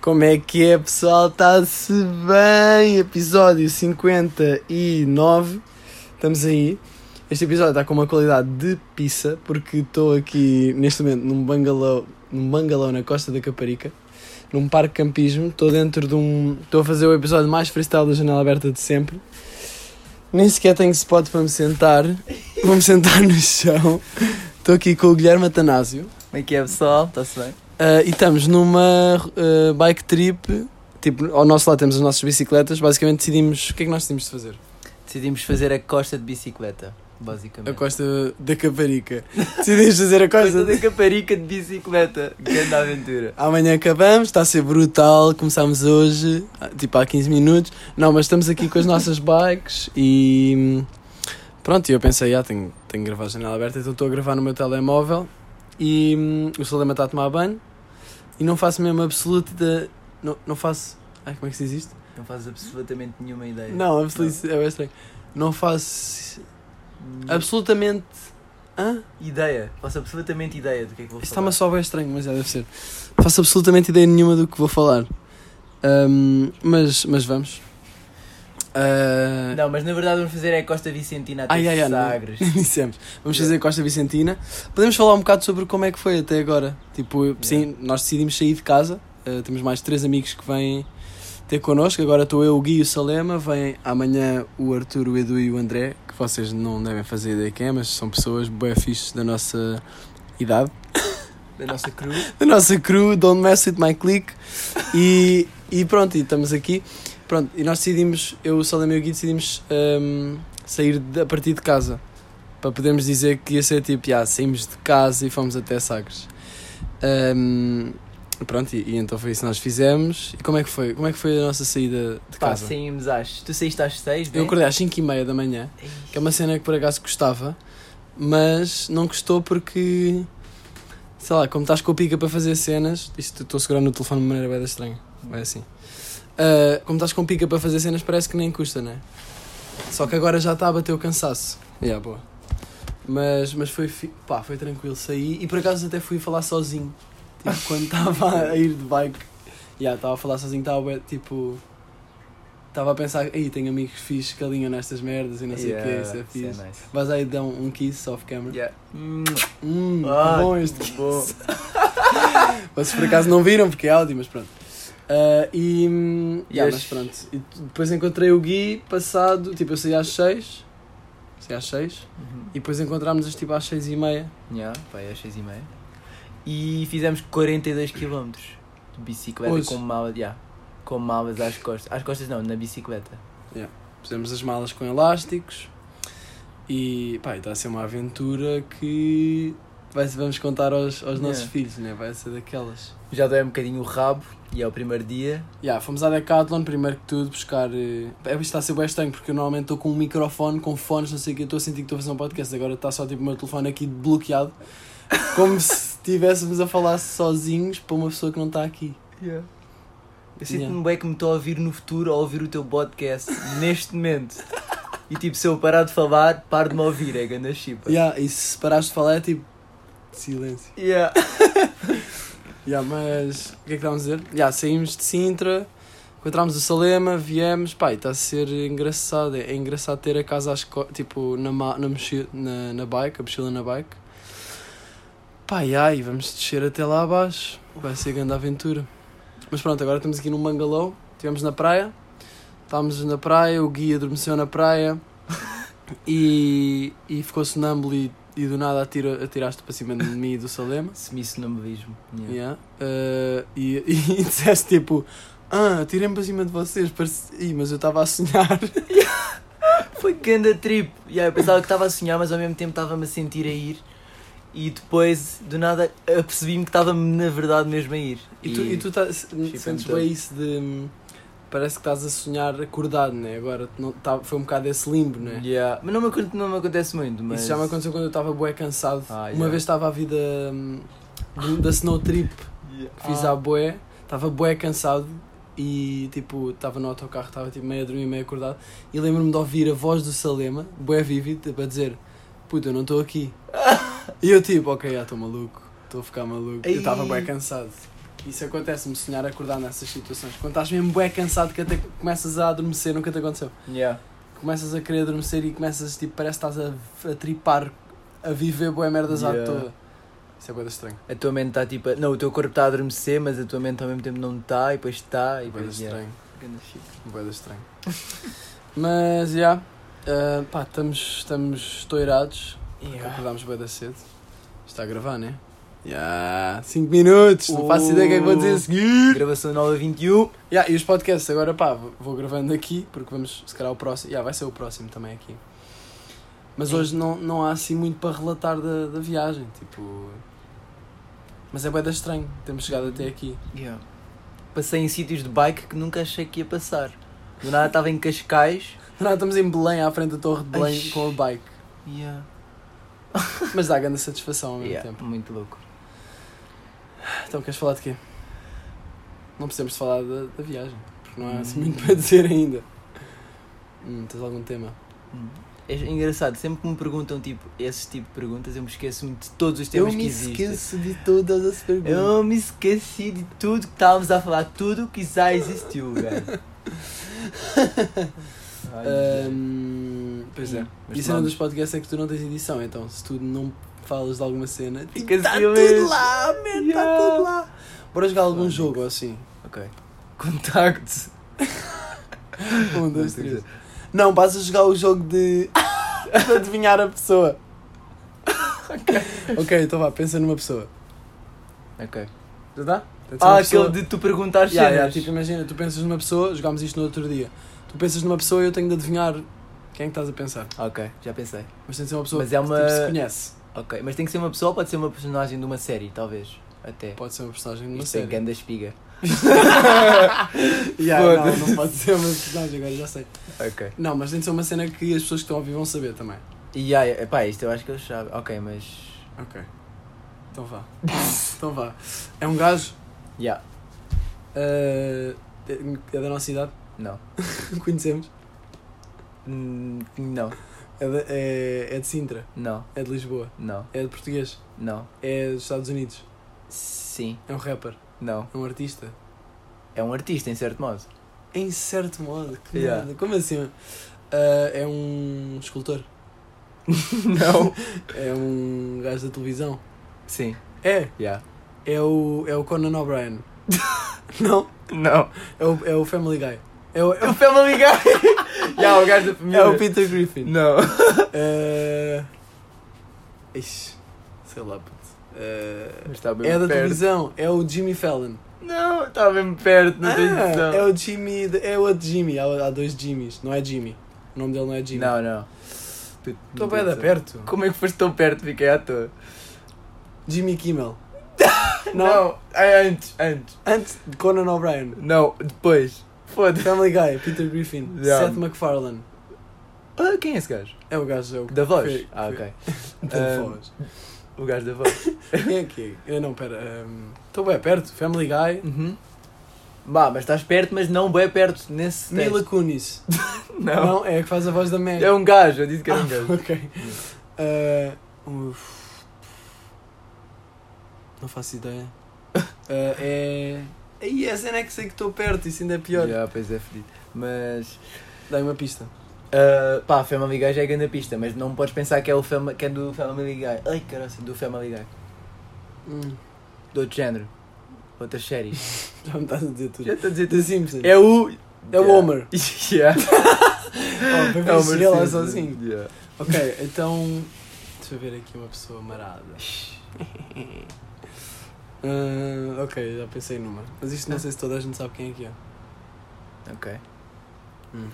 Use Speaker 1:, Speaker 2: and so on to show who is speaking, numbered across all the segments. Speaker 1: Como é que é, pessoal? Está-se bem? Episódio 59. Estamos aí. Este episódio está com uma qualidade de pizza, porque estou aqui neste momento num bangalô, num bangalô na costa da Caparica, num parque de campismo. Estou dentro de um. Estou a fazer o episódio mais freestyle da janela aberta de sempre. Nem sequer tenho spot para me sentar. Vou-me sentar no chão. Estou aqui com o Guilherme Atanásio.
Speaker 2: Como é que é pessoal? Está-se bem?
Speaker 1: Ah, e estamos numa ah, bike trip. Tipo, ao nosso lado temos as nossas bicicletas. Basicamente decidimos. O que é que nós decidimos de fazer?
Speaker 2: Decidimos fazer a costa de bicicleta, basicamente.
Speaker 1: A costa da Caparica. Decidimos fazer a
Speaker 2: Costa
Speaker 1: costa.
Speaker 2: da Caparica de bicicleta. Grande aventura.
Speaker 1: Amanhã acabamos, está a ser brutal. Começámos hoje, ah, tipo há 15 minutos. Não, mas estamos aqui com as nossas bikes e. Pronto, e eu pensei, ah, tenho, tenho que gravar a janela aberta, então estou a gravar no meu telemóvel e hum, o Salema está a tomar banho e não faço mesmo absoluta. Não, não faço. Ai, como é que se diz isto?
Speaker 2: Não fazes absolutamente nenhuma ideia.
Speaker 1: Não, absoluta, é bem estranho. Não faço
Speaker 2: Nenhuma
Speaker 1: absolutamente. Hã?
Speaker 2: Ideia. Faço absolutamente ideia do que é que vou
Speaker 1: Isto tá
Speaker 2: falar.
Speaker 1: está-me só bem estranho, mas já deve ser. Faço absolutamente ideia nenhuma do que vou falar. Ahm, mas, mas vamos. Ah,
Speaker 2: Não, mas na verdade vamos fazer é a costa vicentina até
Speaker 1: ai, ai, ai, não-
Speaker 2: Sagres.
Speaker 1: nem dissemos. Vamos fazer Costa Vicentina. Podemos falar um bocado sobre como é que foi até agora. Tipo, eu- sim, nós decidimos sair de casa. Ah, temos mais três amigos que vêm ter connosco. Agora estou eu, o Gui e o Salema. Vem amanhã o Arthur, o Edu e o André, que vocês não devem fazer ideia quem é, mas são pessoas bué fixes da nossa idade.
Speaker 2: Da nossa cruz.
Speaker 1: da nossa crew, Don't Mess With My Click. E, e pronto, e estamos aqui. Pronto, e nós decidimos, eu, o Salame e o Gui, decidimos hum, sair de- a partir de casa. Para podermos dizer que ia ser tipo, ah, saímos de casa e fomos até Sagres. Hum, pronto, e, e então foi isso que nós fizemos. E como é que foi? Como é que foi a nossa saída de
Speaker 2: Pá,
Speaker 1: casa?
Speaker 2: saímos às. Tu saíste às né? 6,
Speaker 1: eu acordei às 5h30 da manhã que é uma cena que por acaso gostava, mas não gostou porque, sei lá, como estás com o pica para fazer cenas, isto estou a segurar no telefone de uma maneira bem estranha, vai assim. Ah, como estás com pica para fazer cenas, parece que nem custa, não é? Só que agora já está a bater o cansaço. Yeah, boa. Mas, mas foi, fi- pá, foi tranquilo, saí e por acaso até fui falar sozinho. Tipo, quando estava a ir de bike, yeah, estava a falar sozinho, estava bué, tipo. Estava a pensar, aí tenho amigos fixos que alinham nestas merdas e não sei o que, isso é fixe.
Speaker 2: nice.
Speaker 1: Vais aí dar um, um kiss off camera.
Speaker 2: Yeah. Hum,
Speaker 1: Hum,
Speaker 2: ah,
Speaker 1: que bom este
Speaker 2: que
Speaker 1: kiss.
Speaker 2: bom.
Speaker 1: Vocês por acaso não viram porque é áudio, mas pronto. Ah, e. hum,
Speaker 2: E
Speaker 1: yeah,
Speaker 2: as-
Speaker 1: mas pronto. E t- depois encontrei o Gui passado, tipo eu saí às 6. Saí às 6.
Speaker 2: Uhum.
Speaker 1: E depois encontrámos-nos tipo às 6 e meia.
Speaker 2: Yeah, vai é às 6 e meia. E fizemos 42 km de bicicleta
Speaker 1: Hoje.
Speaker 2: com malas, yeah, com malas às costas. Às costas não, na bicicleta.
Speaker 1: Pusemos as malas com elásticos. E pá, está a ser uma aventura que. Vai, vamos contar aos, aos nossos
Speaker 2: Yeah.
Speaker 1: filhos, né? Vai ser daquelas.
Speaker 2: Já dói um bocadinho o rabo e é o primeiro dia.
Speaker 1: Ya, fomos à Decathlon, primeiro que tudo, buscar. eh, É, isto está a ser bem estranho, porque eu normalmente estou com um microfone, com fones, não sei o que, estou a sentir que estou a fazer um podcast, agora está só tipo o meu telefone aqui bloqueado, como se estivéssemos a falar sozinhos para uma pessoa que não está aqui.
Speaker 2: Eu sinto-me bem que me estou a ouvir no futuro a ouvir o teu podcast neste momento. E tipo, se eu parar de falar, paro de me ouvir, é ganda chipa.
Speaker 1: Ya, e se parares de falar é tipo. silêncio.
Speaker 2: Yeah.
Speaker 1: Ya, mas. O que é que estávamos a dizer? Ya, saímos de Sintra, encontramos o Salema, viemos, pá, e está a ser engraçado, é, é engraçado ter a casa às co- tipo, na, ma- na, mochi- na, na bike, a mochila na bike. Pai, ai, vamos descer até lá abaixo. Vai ser grande aventura. Mas pronto, agora estamos aqui num bangalô. Estivemos na praia. Estávamos na praia, o guia adormeceu na praia e, e ficou sonâmbulo e, e do nada atira, atiraste para cima de mim e do Salema.
Speaker 2: Semissonambulismo. Yeah.
Speaker 1: Yeah. Uh, e, e, disseste tipo, ah, atirei-me para cima de vocês. Parece... Ih, mas eu estava a sonhar.
Speaker 2: Foi ganda trip. Yeah, eu pensava que estava a sonhar, mas ao mesmo tempo estava-me a sentir a ir. E depois, do nada, apercebi-me que estava-me na verdade mesmo a ir.
Speaker 1: E tu, e tu tá- se-
Speaker 2: Chip
Speaker 1: sentes
Speaker 2: and Dale.
Speaker 1: bem isso de. hum, Parece que estás a sonhar acordado, né? Agora não, tá, foi um bocado esse limbo, né?
Speaker 2: Yeah. Mas não me, acon- não me acontece muito, mas...
Speaker 1: Isso já me aconteceu quando eu estava bué cansado.
Speaker 2: Ah,
Speaker 1: Uma
Speaker 2: yeah.
Speaker 1: vez estava a vida hum, do- da Snow Trip
Speaker 2: Yeah.
Speaker 1: que fiz à bué, estava bué cansado e tipo, estava no autocarro, estava tipo meio a dormir, meio acordado. E lembro-me de ouvir a voz do Salema, bué vívido, para dizer: Puta, eu não estou aqui. e eu tipo, ok, já estou maluco, estou a ficar maluco. Eu
Speaker 2: Ai.
Speaker 1: estava bué cansado. Isso acontece-me sonhar acordar nessas situações. Quando estás mesmo bem cansado que até começas a adormecer, nunca te aconteceu.
Speaker 2: Ah, Yeah.
Speaker 1: Começas a querer adormecer e começas, tipo, parece que estás a, a tripar, a viver boé merdas à
Speaker 2: Yeah.
Speaker 1: toda. Isso é coisa estranho.
Speaker 2: A tua mente está tipo. a- Não, o teu corpo está a adormecer, mas a tua mente ao mesmo tempo não está, e depois está, e
Speaker 1: Boeda
Speaker 2: depois. Yeah.
Speaker 1: estranho.
Speaker 2: Ganda shit.
Speaker 1: Boeda estranho. Mas, já. ah, pá, estamos, estamos estourados.
Speaker 2: Yeah.
Speaker 1: Acordámos bem da cedo. Está a gravar, né? Já, 5 minutos. Não faço ideia o que é que vou dizer a seguir.
Speaker 2: Gravação nova 21.
Speaker 1: Ya, e os podcasts agora, pá, vou vou gravando aqui, porque vamos, se calhar, o próximo. Ya, vai ser o próximo também aqui. Mas
Speaker 2: Sim.
Speaker 1: hoje não, não há assim muito para relatar da, da viagem, tipo. Mas é bué da estranho termos chegado
Speaker 2: Uhum.
Speaker 1: até aqui.
Speaker 2: Yeah. Passei em sítios de bike que nunca achei que ia passar. Do nada estava em Cascais.
Speaker 1: Não, estamos em Belém, à frente da Torre de Belém,
Speaker 2: Ai.
Speaker 1: com a bike.
Speaker 2: Yeah.
Speaker 1: Mas dá grande satisfação ao mesmo
Speaker 2: Yeah,
Speaker 1: tempo.
Speaker 2: Muito louco.
Speaker 1: Então, queres falar de quê? Não precisamos de falar da, da viagem, porque não há assim muito para dizer ainda. Hum, tens algum tema?
Speaker 2: Hum. É engraçado, sempre que me perguntam tipo, esse tipo de perguntas, eu me esqueço de todos os
Speaker 1: Eu
Speaker 2: temas
Speaker 1: me
Speaker 2: que existem.
Speaker 1: esqueço de todas as perguntas.
Speaker 2: Eu me esqueci de tudo que estávamos a falar, tudo que já existiu, velho. Ai, gente.
Speaker 1: Hum, pois é.
Speaker 2: Mas
Speaker 1: E a cena
Speaker 2: vamos.
Speaker 1: dos podcasts é que tu não tens edição, então se tu não falas de alguma cena,
Speaker 2: Fica
Speaker 1: tá
Speaker 2: assim
Speaker 1: tudo
Speaker 2: mesmo.
Speaker 1: lá, man, tá
Speaker 2: Yeah.
Speaker 1: tudo lá. Bora jogar algum
Speaker 2: Fónix.
Speaker 1: jogo ou assim.
Speaker 2: Ok. Contacto.
Speaker 1: Um, dois, três. Não, vas a jogar o jogo de. de adivinhar a pessoa. ok. então vá, pensa numa pessoa.
Speaker 2: Ok.
Speaker 1: Já dá? Pensa numa
Speaker 2: Ah,
Speaker 1: pessoa.
Speaker 2: aquele de tu perguntar
Speaker 1: Yeah,
Speaker 2: cenas.
Speaker 1: yeah, tipo, imagina, tu pensas numa pessoa, jogámos isto no outro dia. Tu pensas numa pessoa e eu tenho de adivinhar quem é que estás a pensar.
Speaker 2: Ok, já pensei.
Speaker 1: Mas tem de ser uma pessoa
Speaker 2: Mas é
Speaker 1: que
Speaker 2: uma-
Speaker 1: tipo, se conhece.
Speaker 2: Ok, mas tem que ser uma pessoa ou pode ser uma personagem de uma série, talvez? Até.
Speaker 1: Pode ser uma personagem numa
Speaker 2: Isto é
Speaker 1: série.
Speaker 2: ganda espiga.
Speaker 1: Yeah,
Speaker 2: Foda-se.
Speaker 1: não, não pode ser uma personagem, agora já sei.
Speaker 2: Ok.
Speaker 1: Não, mas tem de ser uma cena que as pessoas que estão a ouvir vão saber também.
Speaker 2: E aí, epá, isto eu acho que eles sabem. Ok, mas.
Speaker 1: Ok. Então vá. então vá. É um gajo.
Speaker 2: Yeah.
Speaker 1: eh, é da nossa idade.
Speaker 2: Não.
Speaker 1: Conhecemos.
Speaker 2: Hum, Não,
Speaker 1: É de, é, é de Sintra.
Speaker 2: não,
Speaker 1: É de Lisboa.
Speaker 2: não,
Speaker 1: É de português.
Speaker 2: não.
Speaker 1: É dos Estados Unidos.
Speaker 2: Sim,
Speaker 1: É um rapper.
Speaker 2: não.
Speaker 1: É um artista.
Speaker 2: É um artista, em certo modo.
Speaker 1: Em certo modo. Que
Speaker 2: Yeah.
Speaker 1: merda. Como assim? Ah, é um escultor.
Speaker 2: não.
Speaker 1: É um gajo da televisão.
Speaker 2: Sim,
Speaker 1: É.
Speaker 2: yeah.
Speaker 1: É o, é o Conan O'Brien. não?
Speaker 2: Não.
Speaker 1: É o, é o Family Guy. É o, é
Speaker 2: É o
Speaker 1: o,
Speaker 2: Family Guy! yeah, o gajo da família.
Speaker 1: é o Peter Griffin.
Speaker 2: Não.
Speaker 1: Eh, ixi, sei lá, puto. Eh,
Speaker 2: Mas está bem
Speaker 1: é da
Speaker 2: perto.
Speaker 1: televisão. É o Jimmy Fallon.
Speaker 2: Não, está bem perto, não tem
Speaker 1: Ah,
Speaker 2: noção.
Speaker 1: é o Jimmy. de- É o outro Jimmy. Há, há dois Jimmys. Não é Jimmy. O nome dele não é Jimmy.
Speaker 2: Não, não. Tu-
Speaker 1: Estou bem
Speaker 2: não tem
Speaker 1: da
Speaker 2: noção.
Speaker 1: perto.
Speaker 2: Como é que foste tão perto? Fiquei à toa.
Speaker 1: Jimmy Kimmel.
Speaker 2: é antes, antes.
Speaker 1: Antes de Conan O'Brien.
Speaker 2: Não, depois. Foda-se.
Speaker 1: Family Guy. Peter Griffin.
Speaker 2: Yeah.
Speaker 1: Seth MacFarlane.
Speaker 2: Ah, quem é esse gajo?
Speaker 1: É o gajo. É o
Speaker 2: Da voz?
Speaker 1: Foi-
Speaker 2: ah,
Speaker 1: foi-
Speaker 2: ok.
Speaker 1: Da
Speaker 2: Ah,
Speaker 1: voz.
Speaker 2: O gajo da voz.
Speaker 1: Quem é que é? Eu não, pera. Estou bem perto. Family Guy.
Speaker 2: uhum. Bah, mas estás perto, mas não bem perto nesse texto.
Speaker 1: Mila Kunis. Não. Ah,
Speaker 2: Não.
Speaker 1: é a que faz a voz da Meg.
Speaker 2: É um gajo, eu disse que era um gajo.
Speaker 1: Ok. Ah, uf. Não faço ideia. Ah, é. Aí a cena é que sei que estou perto, isso ainda é pior.
Speaker 2: Já, pois é, fedido. Mas.
Speaker 1: Dá-me uma pista.
Speaker 2: ah, pá, Family Guy já é grande pista, mas não podes pensar que é, o fama, que é do Family Guy. Ai, caralho, do Family Guy.
Speaker 1: Hum,
Speaker 2: De outro género. Outras séries.
Speaker 1: já me estás a dizer tudo.
Speaker 2: Já estou a dizer
Speaker 1: The Simpsons.
Speaker 2: É o.
Speaker 1: É o Homer.
Speaker 2: Yeah.
Speaker 1: Oh,
Speaker 2: é
Speaker 1: bem
Speaker 2: o
Speaker 1: fixe, ele lá
Speaker 2: Mercedes.
Speaker 1: sozinho.
Speaker 2: Yeah.
Speaker 1: Ok, então. Deixa eu ver aqui uma pessoa marada. Ah, ok, já pensei numa. Mas
Speaker 2: Ah.
Speaker 1: isto não sei se toda a gente sabe quem é que é.
Speaker 2: Ok.
Speaker 1: Hum.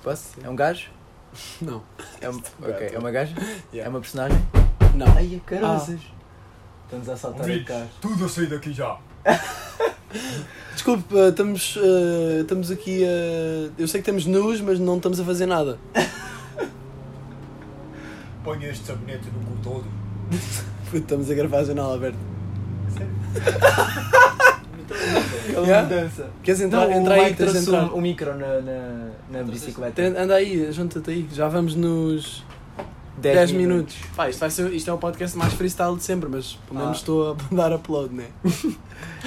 Speaker 2: Posso? É um gajo?
Speaker 1: Não.
Speaker 2: É um... Ok, é uma gaja?
Speaker 1: Yeah. Ah.
Speaker 2: É uma personagem?
Speaker 1: Não.
Speaker 2: Ai, caralho. Estamos a saltar
Speaker 3: Ouvi.
Speaker 2: o carro.
Speaker 3: Tudo eu sei daqui já.
Speaker 1: Desculpe, eh, estamos, eh, estamos aqui a. Eu sei que estamos nus, mas não estamos a fazer nada.
Speaker 3: Ponha este sabonete no cu todo.
Speaker 1: Puto, estamos a gravar a janela aberta.
Speaker 2: Aquela
Speaker 1: Yeah?
Speaker 2: mudança.
Speaker 1: Queres entrar?
Speaker 2: Não,
Speaker 1: Então, Entra
Speaker 2: o
Speaker 1: aí,
Speaker 2: Mike
Speaker 1: tens de
Speaker 2: trouxe
Speaker 1: entrar. Então,
Speaker 2: um, um micro na, na, na bicicleta.
Speaker 1: Tem- Anda aí, junta-te aí, já vamos nos.
Speaker 2: 10,
Speaker 1: 10 minutos. Pá, isto, vai ser, isto é o podcast mais freestyle de sempre, mas pelo menos
Speaker 2: Ah.
Speaker 1: estou a dar upload, né?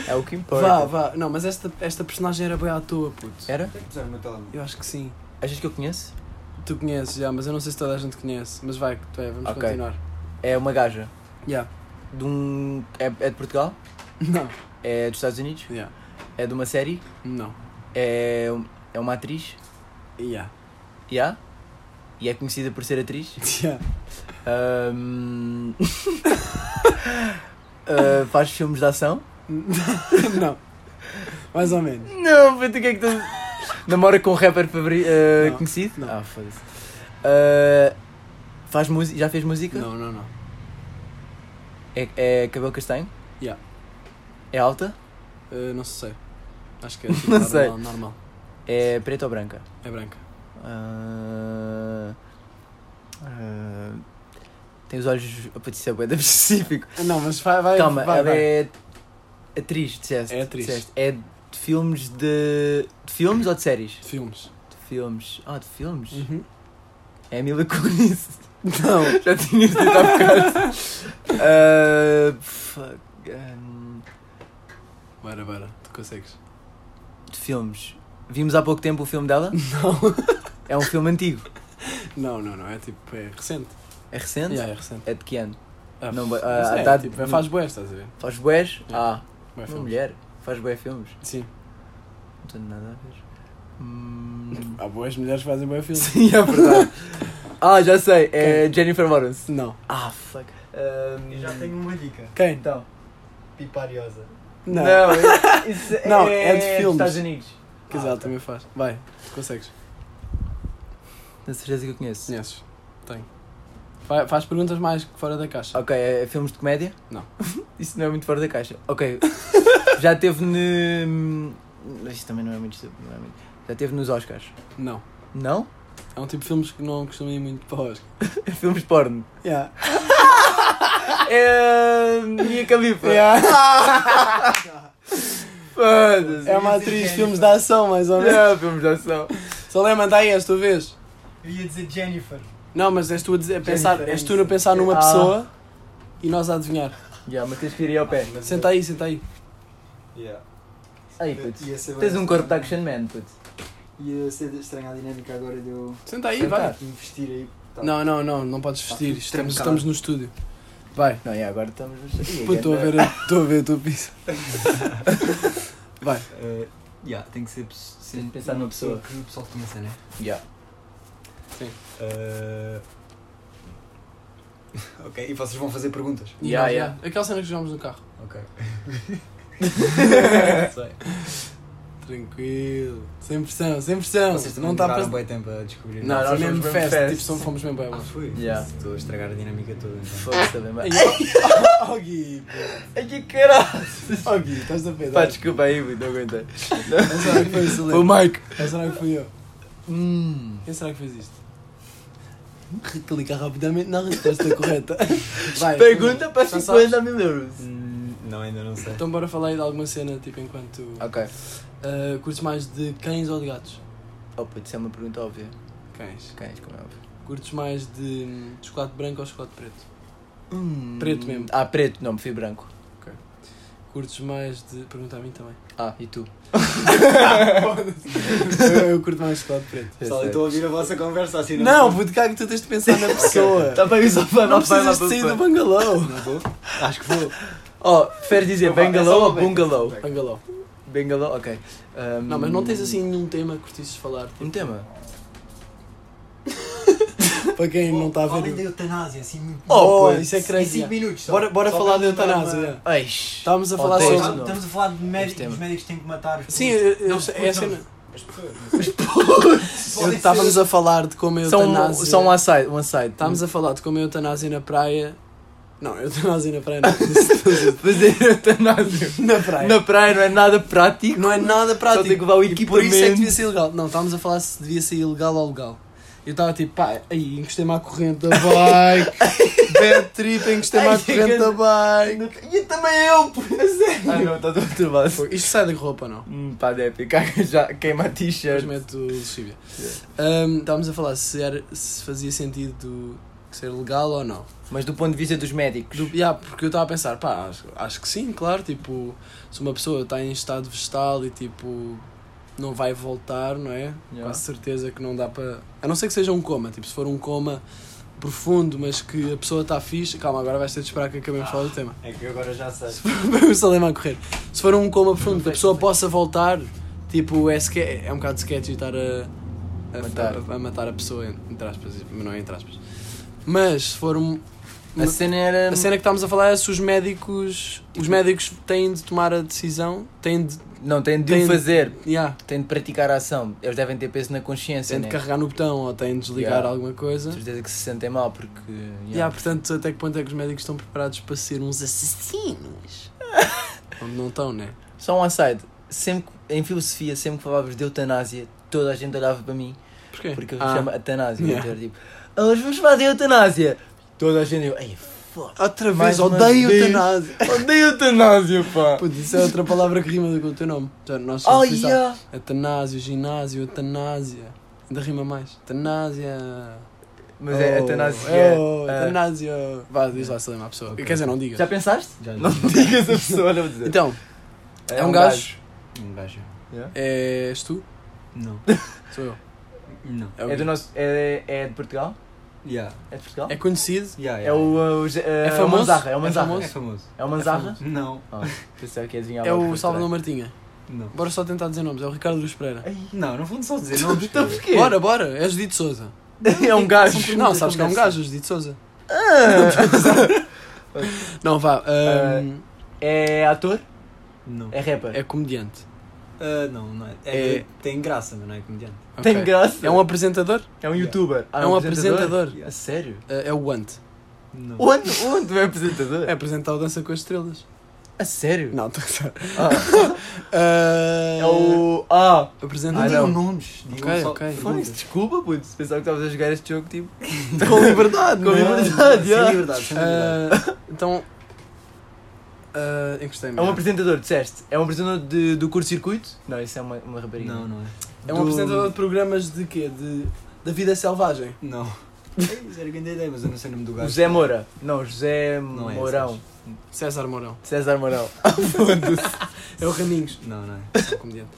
Speaker 2: É o que importa.
Speaker 1: Vá, vá. Não, mas esta, esta personagem era bem à toa, puto.
Speaker 2: Era?
Speaker 3: Tem que puseram no telemóvel.
Speaker 1: Eu acho que sim.
Speaker 2: Achas que eu conheço?
Speaker 1: Tu conheces já, mas eu não sei se toda a gente conhece. Mas vai, que tu é, vamos
Speaker 2: Ok.
Speaker 1: continuar.
Speaker 2: É uma gaja.
Speaker 1: Yeah.
Speaker 2: De um. É, é de Portugal?
Speaker 1: Não.
Speaker 2: É dos Estados Unidos?
Speaker 1: Yeah.
Speaker 2: É de uma série?
Speaker 1: Não.
Speaker 2: É, é uma atriz?
Speaker 1: Yeah.
Speaker 2: Yeah? E é conhecida por ser atriz?
Speaker 1: Yeah.
Speaker 2: Ahm, ah, faz filmes de ação?
Speaker 1: não. Mais ou menos.
Speaker 2: Não, puto, o que é que tu. Namora com um rapper favori- ah,
Speaker 1: Não,
Speaker 2: conhecido?
Speaker 1: não.
Speaker 2: Ah, foda-se. Ah, faz música? Já fez música?
Speaker 1: Não, não, não.
Speaker 2: É, é cabelo castanho?
Speaker 1: Yeah.
Speaker 2: É alta?
Speaker 1: Uh, não sei. Acho que é
Speaker 2: Não sei.
Speaker 1: normal, normal.
Speaker 2: É preta ou branca?
Speaker 1: É branca.
Speaker 2: Ah, ah, tem os olhos. Opa, isso é bué de específico.
Speaker 1: Não, mas vai, vai.
Speaker 2: Calma,
Speaker 1: vai,
Speaker 2: ela
Speaker 1: vai.
Speaker 2: é atriz, disseste.
Speaker 1: É atriz.
Speaker 2: disseste. É de filmes de. de filmes ou de séries?
Speaker 1: De filmes.
Speaker 2: De filmes. Ah, de filmes?
Speaker 1: Uhum.
Speaker 2: É a Mila Kunis.
Speaker 1: Não.
Speaker 2: Já tinha dito há bocado. Ah, fuck. ah,
Speaker 1: Bora, bora. Tu consegues.
Speaker 2: de filmes. Vimos há pouco tempo o filme dela?
Speaker 1: Não.
Speaker 2: É um filme antigo.
Speaker 1: Não, não, não. É tipo, é recente.
Speaker 2: É recente?
Speaker 1: Yeah, é recente.
Speaker 2: É de que ano?
Speaker 1: Ah,
Speaker 2: Não,
Speaker 1: mas
Speaker 2: ah,
Speaker 1: é,
Speaker 2: tá-
Speaker 1: tipo, faz boas, estás a ver?
Speaker 2: Faz boés?
Speaker 1: É.
Speaker 2: Ah,
Speaker 1: Bué
Speaker 2: uma
Speaker 1: filmes.
Speaker 2: mulher. Faz boé filmes.
Speaker 1: Sim.
Speaker 2: Não tenho nada a ver. Hum...
Speaker 1: Há boas mulheres que fazem bem filmes.
Speaker 2: Sim, é verdade. ah, já sei. É Jennifer Lawrence.
Speaker 1: Não.
Speaker 2: Ah, fuck. Hum.
Speaker 3: E já tenho um, uma dica.
Speaker 1: Quem?
Speaker 2: Então.
Speaker 3: Pipariosa.
Speaker 1: Não.
Speaker 2: isso
Speaker 1: Não, é de filmes.
Speaker 2: Estados Unidos.
Speaker 1: Quer dizer, ela também faz. Vai. Tu consegues.
Speaker 2: Tenho certeza que eu conheço.
Speaker 1: Conheces? Tenho. Vai- faz perguntas mais fora da caixa.
Speaker 2: Ok, é, é filmes de comédia?
Speaker 1: Não.
Speaker 2: isso não é muito fora da caixa. Ok. já teve no... Isso também não é muito... não é muito- Já teve nos Oscars.
Speaker 1: Não.
Speaker 2: Não?
Speaker 1: É um tipo de filmes que não costumam ir muito para Oscar.
Speaker 2: É filmes de porno.
Speaker 1: Yeah.
Speaker 2: É. Mia Khalifa. Foda-se.
Speaker 1: É uma atriz de filmes de ação, mais ou menos.
Speaker 2: É, filmes de ação.
Speaker 1: Salema, anda aí, és tu a vez.
Speaker 3: Eu ia dizer Jennifer.
Speaker 1: Não, mas és tu a, dizer- a
Speaker 3: Jennifer
Speaker 1: pensar, és tu a pensar numa
Speaker 2: Ah.
Speaker 1: pessoa e nós a adivinhar.
Speaker 2: Já, mas tens que ir aí ao pé.
Speaker 3: É, Mas
Speaker 1: Senta aí, senta aí.
Speaker 3: eu- Yeah.
Speaker 2: Aí,
Speaker 3: Eu-
Speaker 2: puto.
Speaker 3: ia ser
Speaker 2: Tens
Speaker 3: bem
Speaker 2: um corpo de
Speaker 3: estranho.
Speaker 2: action man, puto.
Speaker 3: Ia ser estranha a dinâmica agora de eu
Speaker 1: Senta aí,
Speaker 2: Senta.
Speaker 1: vai.
Speaker 3: investir aí. Tá.
Speaker 1: Não, não, não, não podes vestir. Estamos,
Speaker 3: trancado.
Speaker 1: estamos no estúdio. Vai.
Speaker 2: Não, e agora estamos. Ih,
Speaker 1: Puto, Estou a
Speaker 2: ganda-
Speaker 1: ver, a- estou a ver a tua pizza. Vai.
Speaker 3: Eh, yeah, tem que ser. pes- ser
Speaker 2: de pensar numa pessoa.
Speaker 3: Que o pessoal conheça, né?
Speaker 2: Já.
Speaker 3: Eh, ok, e vocês vão fazer perguntas?
Speaker 1: E
Speaker 2: Yeah,
Speaker 1: nós,
Speaker 2: yeah.
Speaker 1: Aquela cena que jogámos no carro.
Speaker 3: Ok.
Speaker 1: Tranquilo. Sem pressão, sem pressão. não está a
Speaker 3: para
Speaker 1: pensar.
Speaker 3: bem tempo a descobrir.
Speaker 1: Não,
Speaker 2: Nós
Speaker 1: nós
Speaker 2: fomos
Speaker 1: mesmo
Speaker 2: mesmo
Speaker 1: fest.
Speaker 2: fest.
Speaker 1: Tipo, são, fomos mesmo bem
Speaker 3: Ah,
Speaker 1: bons.
Speaker 3: foi?
Speaker 2: Yeah.
Speaker 3: Estou a estragar a dinâmica toda. Então.
Speaker 2: Foda-se também, mas.
Speaker 1: Oh, Gui,
Speaker 2: Ai, que caralho!
Speaker 1: oh, Gui, estás a
Speaker 2: Pá,
Speaker 1: pedar.
Speaker 2: desculpa aí, puto, não aguentei.
Speaker 1: Quem será que foi o
Speaker 2: Foi o
Speaker 1: Salema?
Speaker 2: Mike.
Speaker 1: Quem será que fui eu?
Speaker 2: Hum.
Speaker 1: Quem será que fez isto? Clica rapidamente na resposta correta. Vai,
Speaker 2: Pergunta para
Speaker 1: Já sabes.
Speaker 2: 50 mil euros.
Speaker 3: Hum, Não, ainda não sei.
Speaker 1: Então bora falar aí de alguma cena, tipo, enquanto...
Speaker 2: Ok.
Speaker 1: Uh, curtes mais de cães ou de gatos?
Speaker 2: Oh, puto, isso é uma pergunta óbvia.
Speaker 1: Cães.
Speaker 2: Cães, como é óbvio.
Speaker 1: Curtes mais de hum, chocolate branco ou chocolate preto?
Speaker 2: Hum.
Speaker 1: Preto mesmo.
Speaker 2: Ah, preto, não, prefiro branco.
Speaker 1: Curtes mais de... Pergunta a mim também.
Speaker 2: Ah, e tu?
Speaker 1: eu, eu curto mais chocolate preto.
Speaker 3: Pessoal, eu estou a ouvir a vossa conversa assim.
Speaker 1: Não, puto, cá que tu tens de pensar na pessoa.
Speaker 2: Tá bem, só vai,
Speaker 1: Não
Speaker 2: não vai,
Speaker 1: precisas de sair do bangalô.
Speaker 3: Não vou? Acho que vou.
Speaker 2: Oh, prefere dizer
Speaker 3: Não vai, é
Speaker 2: bungalow
Speaker 3: só
Speaker 2: ou
Speaker 3: uma vez.
Speaker 2: bungalow?
Speaker 1: Bangalô.
Speaker 2: Bungalow, ok. Um,
Speaker 1: Não, mas não tens assim nenhum tema que curtisses falar.
Speaker 2: Um tema?
Speaker 1: Para quem não está a ver.
Speaker 3: Além da
Speaker 1: o-
Speaker 3: eutanásia, assim muito.
Speaker 1: Oh,
Speaker 2: pois.
Speaker 1: isso é
Speaker 3: Em
Speaker 1: crazy.
Speaker 3: 5 minutos. só.
Speaker 1: Bora, bora
Speaker 3: Só
Speaker 1: falar de
Speaker 3: para uma-
Speaker 1: eutanásia. yeah.
Speaker 2: Eish.
Speaker 1: Estávamos a
Speaker 2: Oh,
Speaker 1: falar
Speaker 2: tens,
Speaker 3: Estamos-
Speaker 1: sobre.
Speaker 2: não.
Speaker 3: Estamos a falar de
Speaker 2: Este
Speaker 3: médicos,
Speaker 2: tema.
Speaker 3: os médicos têm que matar. os
Speaker 1: Sim,
Speaker 3: putos.
Speaker 1: eu- eu-
Speaker 3: Não, os
Speaker 1: é a
Speaker 3: putos
Speaker 1: cena.
Speaker 3: não, As pessoas.
Speaker 1: Eu- Estávamos a falar de como a
Speaker 2: Só um,
Speaker 1: eutanásia.
Speaker 2: só um aside, um aside.
Speaker 1: Estávamos a falar de como a eutanásia na praia. Não, eutanásia na praia não.
Speaker 2: fazer eutanásia.
Speaker 1: na praia.
Speaker 2: Na praia não é nada prático.
Speaker 1: Não é nada
Speaker 2: Só tem que
Speaker 1: prático.
Speaker 2: levar o
Speaker 1: E por isso é que devia
Speaker 2: equipamento.
Speaker 1: ser ilegal. Não, estávamos a falar se devia ser ilegal ou legal. Eu estava tipo, pá, aí encostei-me à corrente da bike. Bad trip, encostei-me
Speaker 2: Ai,
Speaker 1: à
Speaker 2: que
Speaker 1: corrente da
Speaker 2: grande-
Speaker 1: bike. tá
Speaker 2: E também eu, pô. Ah, não, está tudo turbado.
Speaker 1: Pô, Isto sai da roupa, não?
Speaker 2: Hum, pá, deve caga já, queima a
Speaker 1: Depois
Speaker 2: t-shirt.
Speaker 1: meto o lexívia. Ahm, estávamos a falar se, era, se fazia sentido ser legal ou não.
Speaker 2: Mas do ponto de vista dos médicos.
Speaker 1: Do, yeah, porque eu estava a pensar, pá, acho, acho que sim, claro, tipo, se uma pessoa está em estado vegetal e tipo não vai voltar, não é?
Speaker 2: Yeah.
Speaker 1: Quase certeza que não dá para. A não ser que seja um coma, tipo, se for um coma profundo, mas que a pessoa está fixe. Calma, agora vais ter de esperar que acabemos de falar do tema.
Speaker 4: É que eu agora já sei.
Speaker 1: Vamos a lembrar a correr. Se for um coma profundo que a
Speaker 2: sei,
Speaker 1: pessoa
Speaker 2: não sei.
Speaker 1: possa voltar, tipo, é, sque- é um bocado sketchy estar a, a,
Speaker 2: Matar.
Speaker 1: a- a matar a pessoa, entre aspas, mas não é entre aspas. Mas se for um,
Speaker 2: A cena era.
Speaker 1: a cena que estávamos a falar é se os médicos.
Speaker 2: Tipo-
Speaker 1: Os médicos têm de tomar a decisão, têm de.
Speaker 2: Não, tem de
Speaker 1: Tem-
Speaker 2: o fazer.
Speaker 1: Yeah,
Speaker 2: Tem de praticar a ação. Eles devem ter peso na consciência,
Speaker 1: têm de
Speaker 2: né?
Speaker 1: carregar no botão ou têm de desligar
Speaker 2: Yeah.
Speaker 1: alguma coisa.
Speaker 2: Com certeza que se sentem mal, porque.
Speaker 1: Yeah, portanto, até que ponto é que os médicos estão preparados para ser uns assassinos? Onde não estão, né?
Speaker 2: Só um aside. Sempre, que- em filosofia, sempre que falávamos de eutanásia, toda a gente olhava para mim,
Speaker 1: Porquê?
Speaker 2: porque eu
Speaker 1: ah,
Speaker 2: chamo eutanásia.
Speaker 1: Yeah.
Speaker 2: Eu era tipo, "Ah, hoje vamos falar de eutanásia. Toda a gente, eu, ei, foda
Speaker 1: Outra vez,
Speaker 2: Mais uma
Speaker 1: odeio
Speaker 2: vez.
Speaker 1: eutanásia.
Speaker 2: odeio eutanásia, pá.
Speaker 1: Putz, isso é outra palavra que rima com o teu nome. Já, nós somos
Speaker 2: Oh,
Speaker 1: suicidas.
Speaker 2: yeah.
Speaker 1: Eutanásia, ginásio, eutanásia. Ainda rima mais. Eutanásia.
Speaker 2: Mas é
Speaker 1: Oh,
Speaker 2: eutanásia.
Speaker 1: Oh,
Speaker 2: ah,
Speaker 1: eutanásia. Vá, diz lá se lembra a pessoa.
Speaker 4: Ok.
Speaker 1: Quer dizer, não diga.
Speaker 2: já pensaste?
Speaker 4: Já,
Speaker 2: Não digas a pessoa, não vou dizer.
Speaker 1: Então, é um gajo.
Speaker 4: Um gajo.
Speaker 1: É, és tu?
Speaker 4: Não.
Speaker 1: Sou eu.
Speaker 4: Não.
Speaker 1: o
Speaker 2: É, do
Speaker 1: Gui.
Speaker 2: nosso, é, é de Portugal?
Speaker 4: Yeah.
Speaker 2: É de Portugal?
Speaker 1: É conhecido.
Speaker 4: Yeah, yeah.
Speaker 2: É o. uh, o Je- uh,
Speaker 1: famoso?
Speaker 2: o Manzarra, é o
Speaker 1: É
Speaker 2: Manzarra.
Speaker 1: famoso?
Speaker 4: É famoso.
Speaker 2: É o Manzarra?
Speaker 4: Não.
Speaker 2: Pensava que ia adivinhar
Speaker 1: É
Speaker 2: logo
Speaker 1: o
Speaker 2: por
Speaker 1: Salvador Martinha.
Speaker 4: Não.
Speaker 1: Bora só tentar dizer nomes. É o Ricardo Luz Pereira.
Speaker 2: trás.
Speaker 4: Não, não vou só dizer
Speaker 2: Ai,
Speaker 4: nomes.
Speaker 2: Então
Speaker 4: cara.
Speaker 2: porquê?
Speaker 1: Bora, bora. É Judito Souza.
Speaker 2: É um gajo.
Speaker 1: Não, sabes que é um gajo, Judito Souza. Não, vá. hum,
Speaker 2: É ator?
Speaker 4: Não.
Speaker 2: É rapper?
Speaker 1: é comediante.
Speaker 4: Ah, não, não é. É- Tem graça, mas não é comediante.
Speaker 2: Tem
Speaker 1: Ok.
Speaker 2: graça?
Speaker 1: É um apresentador?
Speaker 2: É um youtuber? Ah,
Speaker 1: é um apresentador?
Speaker 2: A sério?
Speaker 1: Uh, É o Ant.
Speaker 4: Não.
Speaker 2: Onde? Onde é apresentador?
Speaker 1: É apresentar o Dança com as Estrelas.
Speaker 2: A sério?
Speaker 1: Não, estou a gozar.
Speaker 2: Ah,
Speaker 1: Uh,
Speaker 2: é o. Ah!
Speaker 1: Apresentador.
Speaker 4: Não
Speaker 2: Ah,
Speaker 4: digam
Speaker 2: não.
Speaker 4: nomes. Digam
Speaker 1: Ok,
Speaker 4: só
Speaker 1: ok.
Speaker 2: Foi um
Speaker 4: perguntas.
Speaker 2: desculpa, putz. Pensava que estavas a jogar este jogo tipo.
Speaker 1: Com liberdade.
Speaker 2: Com
Speaker 1: não é?
Speaker 2: liberdade, ah.
Speaker 4: Sem
Speaker 2: já.
Speaker 4: liberdade, sem liberdade.
Speaker 1: Uh, então. Uh, Encostei-me.
Speaker 2: É um apresentador, disseste? É um apresentador de, do curto-circuito? Não, isso é uma, uma rapariga.
Speaker 4: Não, não é.
Speaker 1: É um
Speaker 2: do-
Speaker 1: apresentador de programas de quê? De... Da vida selvagem.
Speaker 4: Não. Ei, Zero grande ideia, mas eu não sei o nome do gajo.
Speaker 2: José Moura? Não, José
Speaker 4: Não é esse,
Speaker 2: Mourão.
Speaker 1: César Mourão.
Speaker 2: César Mourão.
Speaker 1: É o Raminhos.
Speaker 4: Não, não é.
Speaker 1: É um comediante.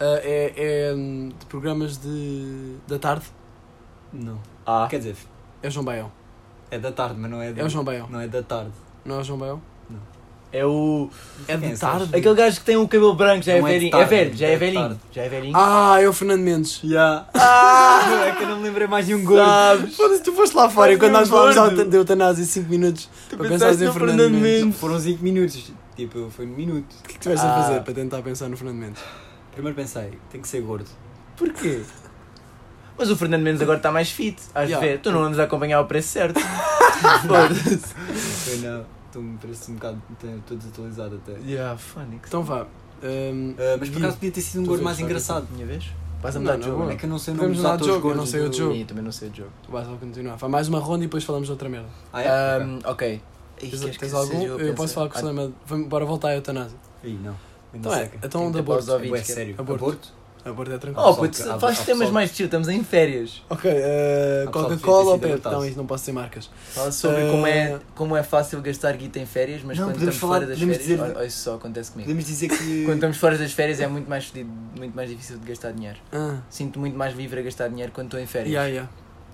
Speaker 1: Ah, é, é, hum, de programas de, da tarde.
Speaker 4: Não.
Speaker 2: Ah.
Speaker 4: Quer dizer,
Speaker 1: É o João Baião.
Speaker 4: é da tarde, mas não é da,
Speaker 1: É o João Baião.
Speaker 4: não é da tarde.
Speaker 1: Não é o João Baião?
Speaker 2: É o.
Speaker 4: Quem
Speaker 1: É
Speaker 4: é
Speaker 1: de
Speaker 4: esse?
Speaker 1: tarde?
Speaker 2: Aquele gajo que tem o cabelo branco, já é,
Speaker 4: Não é de
Speaker 2: velhinho. É
Speaker 4: tarde,
Speaker 2: velho, já
Speaker 4: é
Speaker 2: é
Speaker 4: de
Speaker 2: velhinho.
Speaker 4: tarde.
Speaker 2: Já é velhinho.
Speaker 1: Ah, é o Fernando Mendes.
Speaker 4: Já. Ah! É que eu não me lembrei mais de um gordo.
Speaker 2: Sabes?
Speaker 1: Foda-se, tu foste lá fora e
Speaker 2: Mas
Speaker 1: quando
Speaker 2: é um
Speaker 1: nós falámos
Speaker 2: gordo.
Speaker 1: de eutanásia 5 minutos
Speaker 2: Tu
Speaker 1: para
Speaker 2: pensaste
Speaker 1: pensares em
Speaker 2: no
Speaker 1: Fernando,
Speaker 2: Fernando
Speaker 1: Mendes.
Speaker 2: Mendes.
Speaker 4: Foram 5 minutos. Tipo, foi um minuto.
Speaker 1: O que é que tiveste a
Speaker 2: Ah.
Speaker 1: fazer para tentar pensar no Fernando Mendes?
Speaker 4: Primeiro pensei, tem que ser gordo.
Speaker 1: Porquê?
Speaker 2: Mas o Fernando Mendes agora está mais fit, às
Speaker 1: Yeah.
Speaker 2: ver. Tu não andas a acompanhar o preço certo. Foda-se.
Speaker 4: Foi na. Tu me parece um bocado. Estou desatualizado até.
Speaker 2: Yeah, Fónix.
Speaker 1: Então vá. hum,
Speaker 4: Ah, mas por acaso podia ter sido um gordo
Speaker 1: vês,
Speaker 4: mais
Speaker 1: sabe?
Speaker 4: engraçado.
Speaker 2: Minha vez? Vais a
Speaker 1: Não,
Speaker 2: mudar de
Speaker 1: não,
Speaker 2: jogo? né?
Speaker 1: não.
Speaker 4: É que eu não sei o nome
Speaker 1: Podemos
Speaker 4: dos
Speaker 1: mudar de
Speaker 4: atores
Speaker 1: jogo, eu
Speaker 4: gordos.
Speaker 1: não sei o
Speaker 4: do-
Speaker 1: jogo.
Speaker 2: Ih, também não sei o jogo.
Speaker 1: tu vais só continuar. Vá mais uma ronda e depois falamos de outra merda.
Speaker 4: Ah, é?
Speaker 2: Ahm, ok. Ih,
Speaker 1: Tens,
Speaker 2: queres
Speaker 1: tens
Speaker 2: que
Speaker 1: algum?
Speaker 2: seja a
Speaker 1: Eu, posso
Speaker 2: pensar?
Speaker 1: falar com o Salema. Vamos- Bora voltar à eutanásia.
Speaker 4: Ok. Ih, não.
Speaker 1: Então é, então
Speaker 2: Tem
Speaker 1: da
Speaker 2: que ter pausa
Speaker 1: aborto.
Speaker 2: de
Speaker 4: É
Speaker 2: ouvidos, quer-
Speaker 4: sério.
Speaker 1: Aborto.
Speaker 4: Aborto?
Speaker 1: Aborto é tranquilo.
Speaker 2: Oh, putz,
Speaker 4: Há- há
Speaker 2: faz temas
Speaker 4: pessoal-
Speaker 2: mais chill, estamos em férias.
Speaker 1: Ok, eh,
Speaker 4: Há pessoal
Speaker 1: Coca-Cola ou
Speaker 4: que devia ter sido
Speaker 1: Pepsi? Não,
Speaker 4: adaptado.
Speaker 1: isso não posso ter marcas.
Speaker 2: Fala sobre
Speaker 1: Ah.
Speaker 2: como, é, como é fácil gastar guita em férias, mas
Speaker 4: Não,
Speaker 2: quando
Speaker 4: podemos
Speaker 2: estamos
Speaker 4: falar-
Speaker 2: fora das
Speaker 4: podemos
Speaker 2: férias.
Speaker 4: dizer-
Speaker 2: Olha, olha, isso só acontece comigo.
Speaker 4: Podemos dizer que.
Speaker 2: Quando estamos fora das férias é muito mais, fodido- muito mais difícil de gastar dinheiro.
Speaker 1: Ah,
Speaker 2: Sinto muito mais livre a gastar dinheiro quando estou em férias.
Speaker 1: yeah, yeah.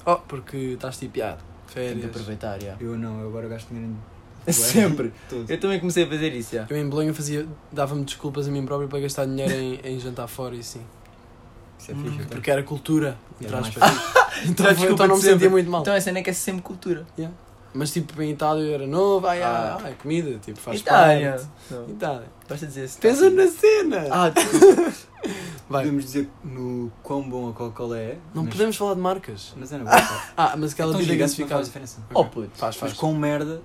Speaker 1: Oh, porque estás tipo, yeah,
Speaker 2: Tenho de
Speaker 1: férias.
Speaker 2: aproveitar, yeah.
Speaker 4: Eu não, eu agora gasto dinheiro.
Speaker 2: É
Speaker 4: em-
Speaker 2: sempre.
Speaker 4: Tudo.
Speaker 1: É-
Speaker 2: Eu também comecei a fazer isso, yeah.
Speaker 1: Eu em Bolonha fazia, dava-me desculpas a mim próprio para gastar dinheiro em, em jantar fora e assim.
Speaker 4: Isso é fixe. então.
Speaker 1: Uhum. Porque era cultura, entre
Speaker 4: Era mais
Speaker 1: aspas. Então,
Speaker 2: Já
Speaker 1: foi-
Speaker 2: desculpa
Speaker 1: então não
Speaker 2: de
Speaker 1: me sentia
Speaker 2: sempre.
Speaker 1: muito mal.
Speaker 2: Então a cena é que é sempre cultura.
Speaker 1: Mas tipo, em Itália eu era novo, ai,
Speaker 2: Ah.
Speaker 1: ai, ai, comida, tipo, faz
Speaker 2: Itália.
Speaker 1: parte.
Speaker 2: Então, Não,
Speaker 1: Itália.
Speaker 2: Basta dizer isso.
Speaker 1: Pensa na cena!
Speaker 2: Ah, tu-
Speaker 1: Vai.
Speaker 4: Podemos dizer no quão bom a Coca-Cola é.
Speaker 1: Não
Speaker 4: mas-
Speaker 1: podemos falar de marcas.
Speaker 4: Mas é na boa. pá.
Speaker 1: Ah, mas aquela
Speaker 4: É tão
Speaker 1: bebida
Speaker 4: gigante que não faz
Speaker 1: gasificada.
Speaker 4: diferença.
Speaker 2: oh puto.
Speaker 1: Faz,
Speaker 4: Mas
Speaker 1: faz.
Speaker 4: quão merda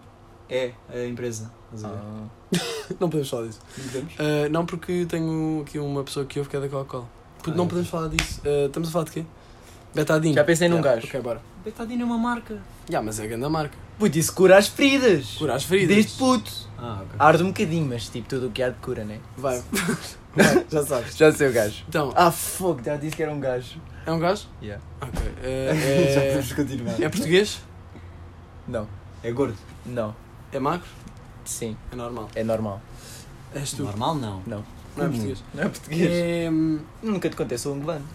Speaker 4: é a empresa. Estás a ver?
Speaker 2: Ah.
Speaker 1: Não podemos falar disso.
Speaker 4: Não podemos?
Speaker 1: Ah, não porque tenho aqui uma pessoa que ouve que é da Coca-Cola. Puto,
Speaker 4: Ah,
Speaker 1: não
Speaker 4: é.
Speaker 1: podemos falar disso. Ah, estamos a falar de quê? Betadinho.
Speaker 2: Já pensei É num
Speaker 1: Yeah,
Speaker 2: gajo.
Speaker 1: Ok, bora.
Speaker 4: Betadine é uma marca.
Speaker 1: Já, mas é a grande marca.
Speaker 2: Puto, isso cura as feridas.
Speaker 1: Cura as feridas.
Speaker 2: Desde puto.
Speaker 4: Ah, ok.
Speaker 2: Arde um bocadinho, mas tipo, tudo o que arde cura, né?
Speaker 1: Vai. Vai, já sabes.
Speaker 2: Já sei o gajo.
Speaker 1: Então,
Speaker 2: Ah, fogo, já disse que era um gajo.
Speaker 1: é um gajo?
Speaker 2: Yeah.
Speaker 1: Ok.
Speaker 4: Já
Speaker 1: Eh,
Speaker 4: podemos continuar.
Speaker 1: é, é português?
Speaker 2: Não.
Speaker 3: É gordo.
Speaker 2: Não.
Speaker 1: É magro?
Speaker 2: Sim.
Speaker 1: É normal.
Speaker 2: É normal.
Speaker 1: És tu.
Speaker 4: Normal Hum, não.
Speaker 1: Não é português.
Speaker 2: Não é português.
Speaker 1: É, hum,
Speaker 2: Nunca te contei, sou um angolano.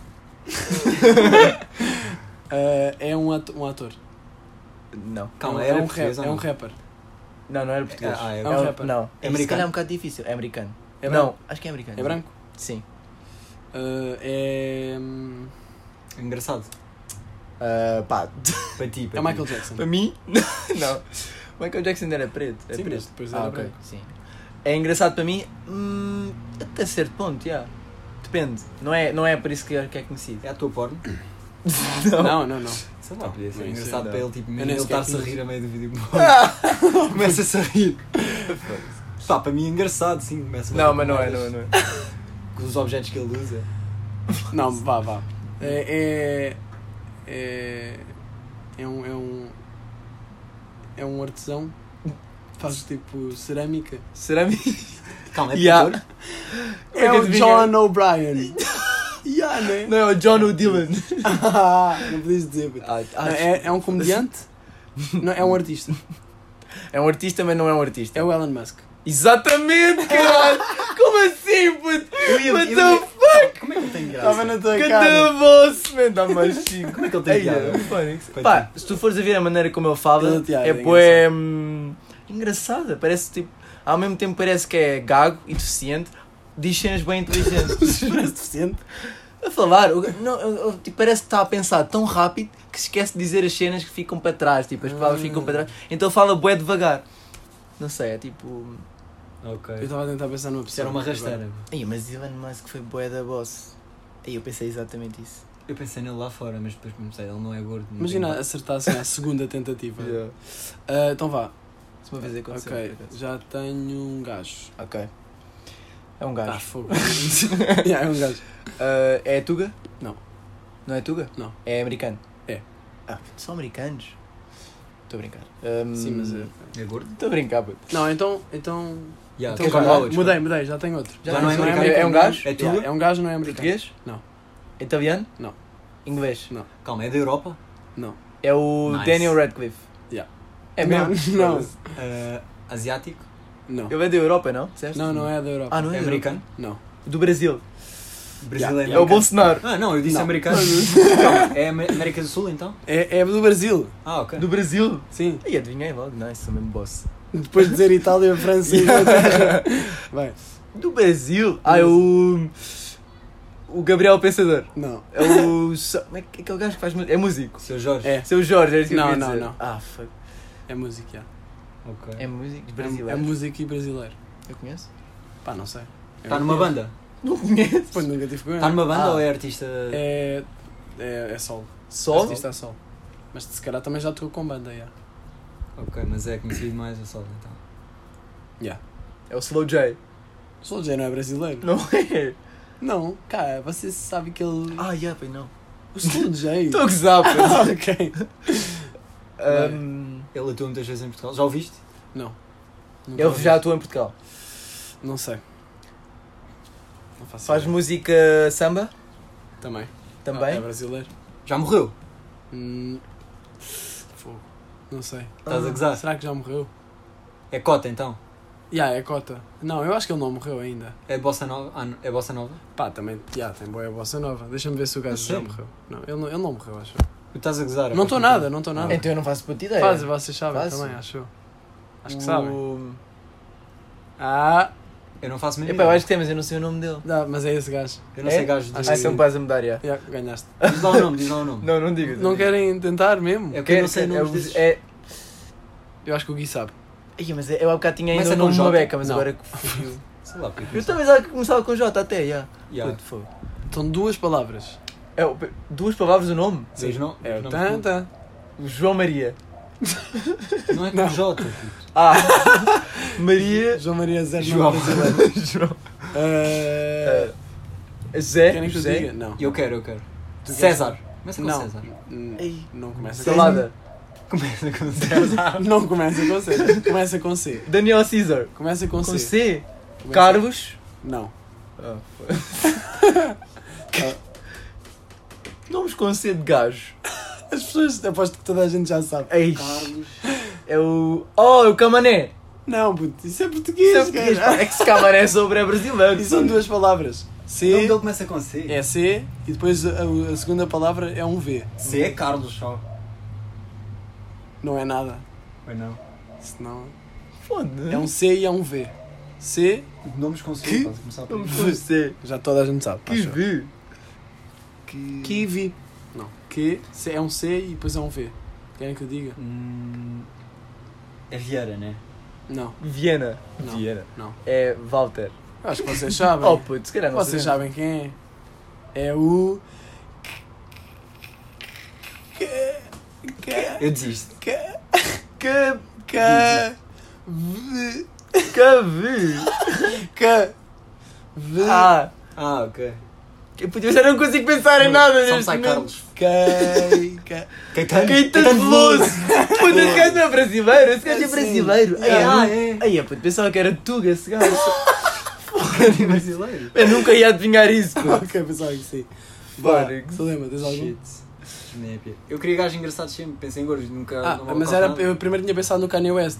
Speaker 1: ah, é um, ato- um ator.
Speaker 2: Não.
Speaker 1: Não,
Speaker 4: Calma,
Speaker 1: é
Speaker 4: era
Speaker 1: um,
Speaker 4: português
Speaker 1: rap-
Speaker 4: ou
Speaker 1: é um
Speaker 4: não?
Speaker 1: rapper.
Speaker 2: Não, não era português.
Speaker 4: Ah, é
Speaker 1: É um
Speaker 2: o-
Speaker 1: rapper.
Speaker 2: Não.
Speaker 4: É
Speaker 2: Esse
Speaker 4: americano?
Speaker 2: cara é um bocado difícil. É americano.
Speaker 1: É branco.
Speaker 2: não, acho que é americano.
Speaker 1: É branco.
Speaker 2: Sim.
Speaker 1: Ah, é. hum,
Speaker 4: Engraçado.
Speaker 2: Ah, pá,
Speaker 4: Para ti, para
Speaker 1: É
Speaker 4: ti.
Speaker 1: Michael Jackson.
Speaker 2: para mim, não. Michael Jackson era preto. É
Speaker 1: Sim,
Speaker 2: preto.
Speaker 1: mas depois
Speaker 2: Ah,
Speaker 1: era
Speaker 2: ok.
Speaker 1: branco.
Speaker 2: Sim. É engraçado para mim, hum, até certo ponto, já. Depende. Não é, não é por isso que é, que é conhecido.
Speaker 4: É a tua porno?
Speaker 1: Não, não, não.
Speaker 4: Sei lá.
Speaker 3: podia ser.
Speaker 4: é engraçado
Speaker 2: Não.
Speaker 4: para ele, tipo,
Speaker 1: nem
Speaker 4: ele
Speaker 1: sequer
Speaker 4: estar-se a
Speaker 1: conheço.
Speaker 4: rir a meio do vídeo. Começa-se a rir. Pá, para mim é engraçado, sim. Começa a
Speaker 2: Não,
Speaker 4: fazer
Speaker 2: mas não é, não é.
Speaker 4: merdas
Speaker 2: Não é.
Speaker 4: Com os objetos que ele usa.
Speaker 1: Não, vá, vá. É. É. É, é um. É um. É um artesão. Faz tipo cerâmica.
Speaker 2: Será mesmo?
Speaker 4: Calma, é
Speaker 2: Yeah.
Speaker 4: pintor?
Speaker 2: Como é que adivinha?
Speaker 1: O'Brien. yeah, né?
Speaker 2: Não, é o John O'Dillon.
Speaker 1: Ah, não podias dizer. puto.
Speaker 2: Ah,
Speaker 1: Não, é, é um comediante? não, é um artista.
Speaker 2: É um artista, mas não é um artista.
Speaker 1: É o Elon Musk.
Speaker 2: Exatamente, caralho! Como assim, puto? um What
Speaker 4: eu
Speaker 2: the
Speaker 4: ia-
Speaker 2: fuck?
Speaker 4: Como é que ele tem graça?
Speaker 1: Estava na tua cara.
Speaker 2: Cada bolso, man, dá mais cinco.
Speaker 4: Como é que ele tem piada?
Speaker 2: Pá, se tu fores a ver a maneira como ele fala,
Speaker 1: Ele te abre,
Speaker 2: é
Speaker 1: é
Speaker 2: bué... hum, Engraçada, parece tipo... Ao mesmo tempo parece que é gago e deficiente, diz cenas bem inteligentes.
Speaker 1: Parece deficiente.
Speaker 2: a falar, o ga- não, eu- eu- tipo, parece que está a pensar tão rápido que esquece de dizer as cenas que ficam para trás, tipo, as palavras
Speaker 1: Ah.
Speaker 2: ficam para trás. Então fala bué devagar. Não sei, é tipo...
Speaker 4: Ok.
Speaker 1: Eu estava a tentar pensar numa
Speaker 4: Isso
Speaker 1: pessoa.
Speaker 4: era uma rasteira.
Speaker 2: Ai, mas Elon Musk foi bué da boss. Aí eu pensei exatamente isso.
Speaker 4: Eu pensei nele lá fora, mas depois comecei, ele não é gordo. não
Speaker 1: Imagina
Speaker 4: tem-
Speaker 1: acertassem a segunda tentativa. Ah, então vá.
Speaker 2: Se uma vez aconteceu.
Speaker 1: Ok, já tenho um gajo.
Speaker 2: Ok. É um
Speaker 1: Ah,
Speaker 2: gajo.
Speaker 1: fogo. yeah, é um gajo.
Speaker 2: Ah, é Tuga?
Speaker 1: Não.
Speaker 2: Não é Tuga?
Speaker 1: Não.
Speaker 2: É americano?
Speaker 1: É.
Speaker 2: Ah, são americanos? Estou a brincar. Ahm,
Speaker 1: Sim, mas é.
Speaker 4: É gordo?
Speaker 2: Estou a brincar, puto.
Speaker 1: Não, então. Então,
Speaker 4: Yeah, é
Speaker 1: então
Speaker 4: tu
Speaker 1: vá,
Speaker 4: já
Speaker 1: vá,
Speaker 4: outros,
Speaker 1: mudei, mudei, já tenho outro.
Speaker 4: Já não é americano.
Speaker 2: É um gajo?
Speaker 4: É tu?
Speaker 1: Yeah, é um gajo, não é americano.
Speaker 2: Português?
Speaker 1: Não.
Speaker 2: Italiano?
Speaker 1: Não.
Speaker 2: Inglês?
Speaker 4: Calma, é da Europa?
Speaker 1: Não.
Speaker 2: É o
Speaker 4: Nice.
Speaker 2: Daniel Radcliffe?
Speaker 1: Yeah.
Speaker 2: É mesmo?
Speaker 1: Não,
Speaker 4: Ah, asiático?
Speaker 1: não. Não,
Speaker 2: Ele é da Europa, não? Disseste?
Speaker 1: não, não é da Europa.
Speaker 2: Ah, não é?
Speaker 4: É
Speaker 2: da
Speaker 4: americano?
Speaker 2: Europa?
Speaker 1: Não.
Speaker 2: Do Brasil.
Speaker 4: Brasileiro?
Speaker 2: É o Bolsonaro.
Speaker 4: Ah, não, eu disse
Speaker 1: Não.
Speaker 4: americano. Calma, é Am- América do Sul então?
Speaker 1: É, é do Brasil.
Speaker 4: Ah, ok.
Speaker 2: Do Brasil?
Speaker 1: Sim.
Speaker 2: Aí adivinhei logo, nice, sou mesmo boss.
Speaker 1: Depois de dizer Itália, França e Inglaterra. Vai.
Speaker 2: Do Brasil? Ah, é o. O Gabriel Pensador.
Speaker 1: Não.
Speaker 2: É o. so- Como é que é aquele gajo que faz. mu- É músico.
Speaker 4: Seu Jorge?
Speaker 1: É.
Speaker 2: Seu Jorge, era isso que eu
Speaker 1: Não,
Speaker 2: queria
Speaker 1: não,
Speaker 2: dizer.
Speaker 1: não.
Speaker 2: Ah, fuck.
Speaker 1: É música, yeah.
Speaker 4: Ok.
Speaker 2: É músico
Speaker 1: é, é
Speaker 2: brasileiro.
Speaker 1: música e brasileiro.
Speaker 2: Eu conheço?
Speaker 1: Pá, não sei. É
Speaker 4: Está Tá numa banda?
Speaker 2: Não conheço.
Speaker 1: Pois nunca tive com ele.
Speaker 4: Está numa banda
Speaker 2: é. Ah.
Speaker 4: ou é artista?
Speaker 1: É, é, é sol.
Speaker 2: Sol?
Speaker 1: Artista a sol. Mas se calhar também já tocou com banda, yeah.
Speaker 4: Ok, mas é conhecido mais a solo então.
Speaker 2: É o Slow J.
Speaker 1: Sol já não é brasileiro?
Speaker 2: Não é?
Speaker 1: Não, cara, você sabe que ele.
Speaker 2: Ah, yeah, pois não.
Speaker 1: o Slow J.
Speaker 2: Estou a gozar, pois.
Speaker 1: Ah, ok.
Speaker 4: é.
Speaker 2: Ahm,
Speaker 4: Ele atua muitas vezes em Portugal. Já ouviste?
Speaker 1: Não. Nunca
Speaker 2: Ele
Speaker 1: ouvi.
Speaker 2: já atua em Portugal.
Speaker 1: Não sei. Não faço
Speaker 2: Faz
Speaker 1: ideia.
Speaker 2: música samba
Speaker 1: Também. Ah, é
Speaker 2: também.
Speaker 1: brasileiro?
Speaker 4: Já morreu?
Speaker 1: Hum. Fogo. Não sei.
Speaker 4: Ah, Estás
Speaker 2: Ah.
Speaker 4: a gozar?
Speaker 1: Será que já morreu?
Speaker 4: É cota então?
Speaker 1: Ya, é cota. Não, eu acho que ele não morreu ainda.
Speaker 4: É bossa nova? Ah, não, é bossa nova?
Speaker 1: Pá, também, já, tem boa bossa nova. Deixa-me ver se o gajo
Speaker 4: A
Speaker 2: Ah,
Speaker 1: já
Speaker 4: sério?
Speaker 1: morreu. Não ele, não, ele não morreu, acho.
Speaker 4: Tu estás a gozar? É
Speaker 1: Não estou nada, não estou nada.
Speaker 2: Então eu não faço puta ideia.
Speaker 1: Faz, vocês sabem
Speaker 2: Faz.
Speaker 1: também, acho eu. Acho que
Speaker 2: O-
Speaker 1: sabem. Ah,
Speaker 4: então. Eu não faço mesmo.
Speaker 2: Epá, eu acho que tem, mas eu não sei o nome dele.
Speaker 1: dá, mas é esse gajo.
Speaker 4: Eu não sei
Speaker 2: É?
Speaker 4: gajo de...
Speaker 1: Acho
Speaker 2: Ah, então vais a mudar, já.
Speaker 1: Ya, ganhaste.
Speaker 4: Diz lá o nome, diz lá o nome.
Speaker 2: Não, não digas.
Speaker 1: Não querem tentar mesmo?
Speaker 4: É que eu
Speaker 2: Quer-
Speaker 4: não sei
Speaker 2: quer-
Speaker 4: nomes
Speaker 2: é o-
Speaker 4: desses.
Speaker 2: É.
Speaker 1: Eu acho que o Gui sabe.
Speaker 2: Ai, mas eu há bocado tinha ainda
Speaker 4: Começa
Speaker 2: o
Speaker 4: com
Speaker 2: nome de uma
Speaker 4: J.
Speaker 2: beca, mas
Speaker 1: Não.
Speaker 2: agora é que fugiu.
Speaker 4: Sei lá, porque...
Speaker 2: Eu também já começava com J até, já.
Speaker 4: Yeah.
Speaker 2: Puto, fogo.
Speaker 1: São duas palavras.
Speaker 2: É o- duas palavras o nome?
Speaker 4: Mas não,
Speaker 1: É
Speaker 4: não,
Speaker 1: o
Speaker 2: então,
Speaker 1: tanta.
Speaker 2: O João Maria.
Speaker 4: não é com J. puto.
Speaker 2: Ah! Maria.
Speaker 1: João Maria Zé
Speaker 4: João.
Speaker 2: João.
Speaker 1: Uh,
Speaker 2: Zé.
Speaker 1: querem é que eu diga?
Speaker 2: Eh, José.
Speaker 1: Não.
Speaker 4: Eu quero, eu quero.
Speaker 1: Tu queres-
Speaker 4: César. Começa com
Speaker 1: Não.
Speaker 4: César.
Speaker 1: N-
Speaker 2: Ei.
Speaker 1: Não começa com
Speaker 2: Salada.
Speaker 4: Começa com César.
Speaker 1: Não começa com C. Começa com C.
Speaker 2: Daniel Caesar.
Speaker 1: Começa com
Speaker 2: Com
Speaker 1: C.
Speaker 2: C.
Speaker 1: Começa-
Speaker 2: Carlos.
Speaker 1: Não.
Speaker 2: Ah, foi.
Speaker 1: Ah,
Speaker 2: Nomes com C de gajo.
Speaker 1: As pessoas, aposto que toda a gente já sabe.
Speaker 2: Ei.
Speaker 4: Carlos.
Speaker 2: É o. Oh, é o Camané!
Speaker 1: Não, puto, isso é
Speaker 2: Isso é
Speaker 1: português,
Speaker 2: português, pá.
Speaker 1: cara.
Speaker 2: É que se Camané sobre é brasileiro.
Speaker 1: E são duas palavras.
Speaker 4: O nome
Speaker 1: C
Speaker 4: dele começa com C.
Speaker 1: é C e depois a, a segunda palavra é um V.
Speaker 4: C é Carlos, só.
Speaker 1: Não é nada.
Speaker 4: Ou não?
Speaker 1: Senão...
Speaker 2: Foda-se.
Speaker 1: É um C e é um V. C,
Speaker 4: Nomes com C,
Speaker 1: Que?
Speaker 4: pode começar por
Speaker 1: Nomes
Speaker 4: aí.
Speaker 1: com
Speaker 2: Você.
Speaker 1: já toda a gente sabe.
Speaker 2: Que
Speaker 1: acho eu.
Speaker 2: vi.
Speaker 4: Que...
Speaker 1: Kiwi. Não. Que C- é um C e depois é um V. Querem que eu diga?
Speaker 4: Hum, É Vieira, né?
Speaker 1: Não.
Speaker 2: Viena.
Speaker 1: Não.
Speaker 4: Vieira.
Speaker 2: É Walter.
Speaker 1: Acho que vocês sabem.
Speaker 2: Oh, puto, se calhar não
Speaker 1: vocês sabem
Speaker 2: sabemos.
Speaker 1: quem é. É o. Que. Que.
Speaker 4: Eu desisto.
Speaker 1: Que.
Speaker 2: Que.
Speaker 4: É.
Speaker 1: Que. V.
Speaker 2: Que vi.
Speaker 1: Que. V.
Speaker 2: Ah.
Speaker 4: Ah, ok.
Speaker 2: que- puto, Eu já não consigo pensar em nada
Speaker 4: Só me
Speaker 2: neste
Speaker 4: sai
Speaker 2: momento.
Speaker 4: Carlos.
Speaker 1: Que. Que.
Speaker 4: Caetano.
Speaker 2: Caetano Veloso. Puto, esse gajo não é brasileiro. Esse gajo é
Speaker 1: Sim.
Speaker 2: brasileiro. Ai,
Speaker 4: Ah,
Speaker 2: ai.
Speaker 4: é.
Speaker 2: Ai, puto, pensava que era Tuga esse gajo.
Speaker 4: Caetano brasileiro.
Speaker 2: Eu nunca ia adivinhar isso, puto.
Speaker 1: Ok, pessoal, que sim. Bora.
Speaker 2: Fónix.
Speaker 1: Se lembra, tens algum?
Speaker 4: Shit. Snapia. Eu queria gajos engraçados sempre, pensei em gordos, nunca.
Speaker 1: Ah,
Speaker 4: não vou
Speaker 1: mas
Speaker 4: colocar
Speaker 1: era,
Speaker 4: nada.
Speaker 1: eu primeiro tinha pensado no Kanye West,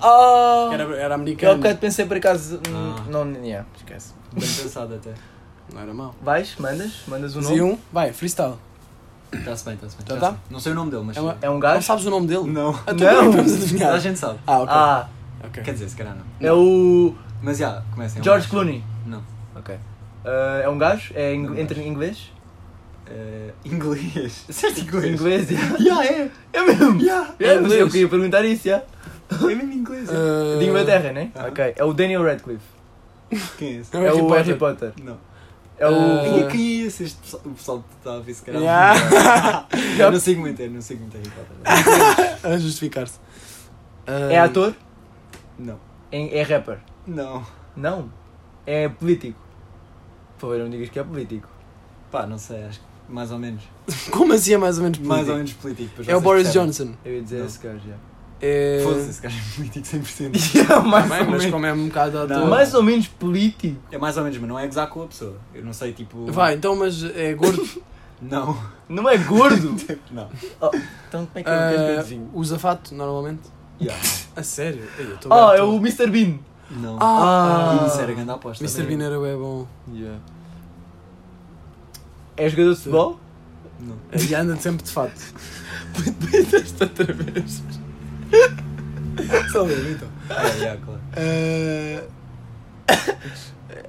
Speaker 2: Oh.
Speaker 1: que era, era
Speaker 2: Eu há
Speaker 1: americano.
Speaker 2: bocado pensei por acaso. hum,
Speaker 4: Ah.
Speaker 2: Não, yeah, esquece.
Speaker 4: Bem pensado até.
Speaker 1: Não era mau.
Speaker 2: Vais, mandas, mandas o
Speaker 1: Dizia
Speaker 2: nome.
Speaker 1: um, vai, freestyle.
Speaker 4: Está-se bem, está-se bem.
Speaker 1: Já
Speaker 4: Já
Speaker 1: tá?
Speaker 4: tá? Não sei o nome dele, mas.
Speaker 1: É uma-
Speaker 2: É um
Speaker 1: Não
Speaker 2: gajo?
Speaker 1: sabes o nome dele?
Speaker 4: Não.
Speaker 1: Ah, tu
Speaker 2: Não.
Speaker 1: não. vamos
Speaker 4: Toda
Speaker 1: adivinhar.
Speaker 4: a gente sabe.
Speaker 1: Ah, ok.
Speaker 2: Ah,
Speaker 1: ok.
Speaker 4: Quer dizer, se calhar não.
Speaker 2: é o.
Speaker 4: Mas já, comecem.
Speaker 2: George Clooney.
Speaker 4: Não.
Speaker 2: um Ok. Ah, é um gajo? É ing-
Speaker 4: Não,
Speaker 2: entre inglês?
Speaker 4: Eh, inglês. Certo, inglês.
Speaker 2: Inglês, yeah.
Speaker 4: Yeah, é.
Speaker 2: é mesmo!
Speaker 4: Yeah.
Speaker 2: É, mas eu
Speaker 1: inglês.
Speaker 2: queria perguntar isso, yeah.
Speaker 4: É mesmo inglês. é.
Speaker 1: Ah,
Speaker 2: De Inglaterra, né?
Speaker 4: Aham.
Speaker 2: Ok. É o Daniel Radcliffe.
Speaker 4: Quem é esse?
Speaker 1: É
Speaker 2: É o Harry
Speaker 1: Harry Potter.
Speaker 2: Potter.
Speaker 4: Não.
Speaker 2: É
Speaker 1: Ah.
Speaker 2: o.
Speaker 4: Quem- Quem é esse? Este pessoal- O pessoal que está a ver, se calhar.
Speaker 1: Yeah.
Speaker 4: Eu não sigo muito, eu é, não sigo muito Harry Potter.
Speaker 1: A justificar-se. Ah,
Speaker 2: É ator?
Speaker 4: Não.
Speaker 2: É, é rapper?
Speaker 4: Não.
Speaker 2: Não. É político. Por favor, não digas que é político.
Speaker 4: Pá, não sei, acho que mais ou menos.
Speaker 1: Como assim é mais ou menos
Speaker 4: Mais
Speaker 1: político?
Speaker 4: ou menos político. depois
Speaker 1: É o
Speaker 4: vocês
Speaker 1: Boris
Speaker 4: percebem.
Speaker 1: Johnson.
Speaker 2: Eu ia dizer
Speaker 4: Não.
Speaker 2: esse gajo, já.
Speaker 1: É...
Speaker 4: Foda-se, esse gajo é político 100%.
Speaker 2: Yeah, mais
Speaker 1: Bem,
Speaker 2: ou
Speaker 1: mas
Speaker 2: menos.
Speaker 1: como é um bocado ator...
Speaker 4: Não.
Speaker 2: Mais ou menos político.
Speaker 4: É mais ou menos, mas não é gozar com a pessoa. Eu não sei, tipo.
Speaker 1: Vai, então, mas é gordo.
Speaker 4: um Não.
Speaker 2: Não é gordo?
Speaker 4: Não.
Speaker 2: então como é que eu queres que eu
Speaker 1: Ah,
Speaker 2: adivinhe?
Speaker 1: usa fato, normalmente.
Speaker 4: Yeah.
Speaker 1: A sério? Ei, eu tô
Speaker 2: Ah,
Speaker 1: bem,
Speaker 2: é
Speaker 1: tô-
Speaker 2: o Mr. Bean.
Speaker 4: Não.
Speaker 1: Ah.
Speaker 4: E isso era grande aposta.
Speaker 1: Mr.
Speaker 4: Adorei.
Speaker 1: Bean era bué bom.
Speaker 2: É jogador de futebol?
Speaker 4: Não.
Speaker 1: E anda sempre de fato.
Speaker 2: Pensaste outra
Speaker 1: É
Speaker 2: vez.
Speaker 1: Só lembro, então.
Speaker 4: É, yeah, claro.
Speaker 1: Ah,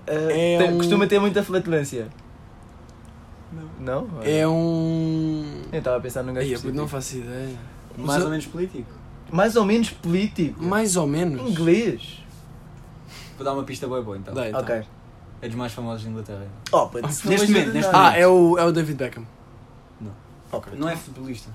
Speaker 1: É um-
Speaker 2: Eh, Costuma ter muita flatulência.
Speaker 4: Não.
Speaker 2: Não?
Speaker 1: é um...
Speaker 2: Eu estava a pensar num
Speaker 4: É
Speaker 2: gajo
Speaker 1: Ei, eu
Speaker 2: específico.
Speaker 1: não faço ideia.
Speaker 4: Mais
Speaker 1: Usa-
Speaker 4: ou menos político.
Speaker 2: Mais ou menos
Speaker 4: É.
Speaker 2: político.
Speaker 1: Mais ou menos.
Speaker 2: Inglês.
Speaker 4: Vou dar uma pista boa boa então.
Speaker 1: Dá, então.
Speaker 2: Ok.
Speaker 4: É dos mais famosos da Inglaterra.
Speaker 2: Oh, putz,
Speaker 4: Neste
Speaker 2: não vais
Speaker 4: momento,
Speaker 2: ver
Speaker 4: neste
Speaker 2: nada.
Speaker 1: Ah, é o, é o David Beckham.
Speaker 4: Não é futebolista.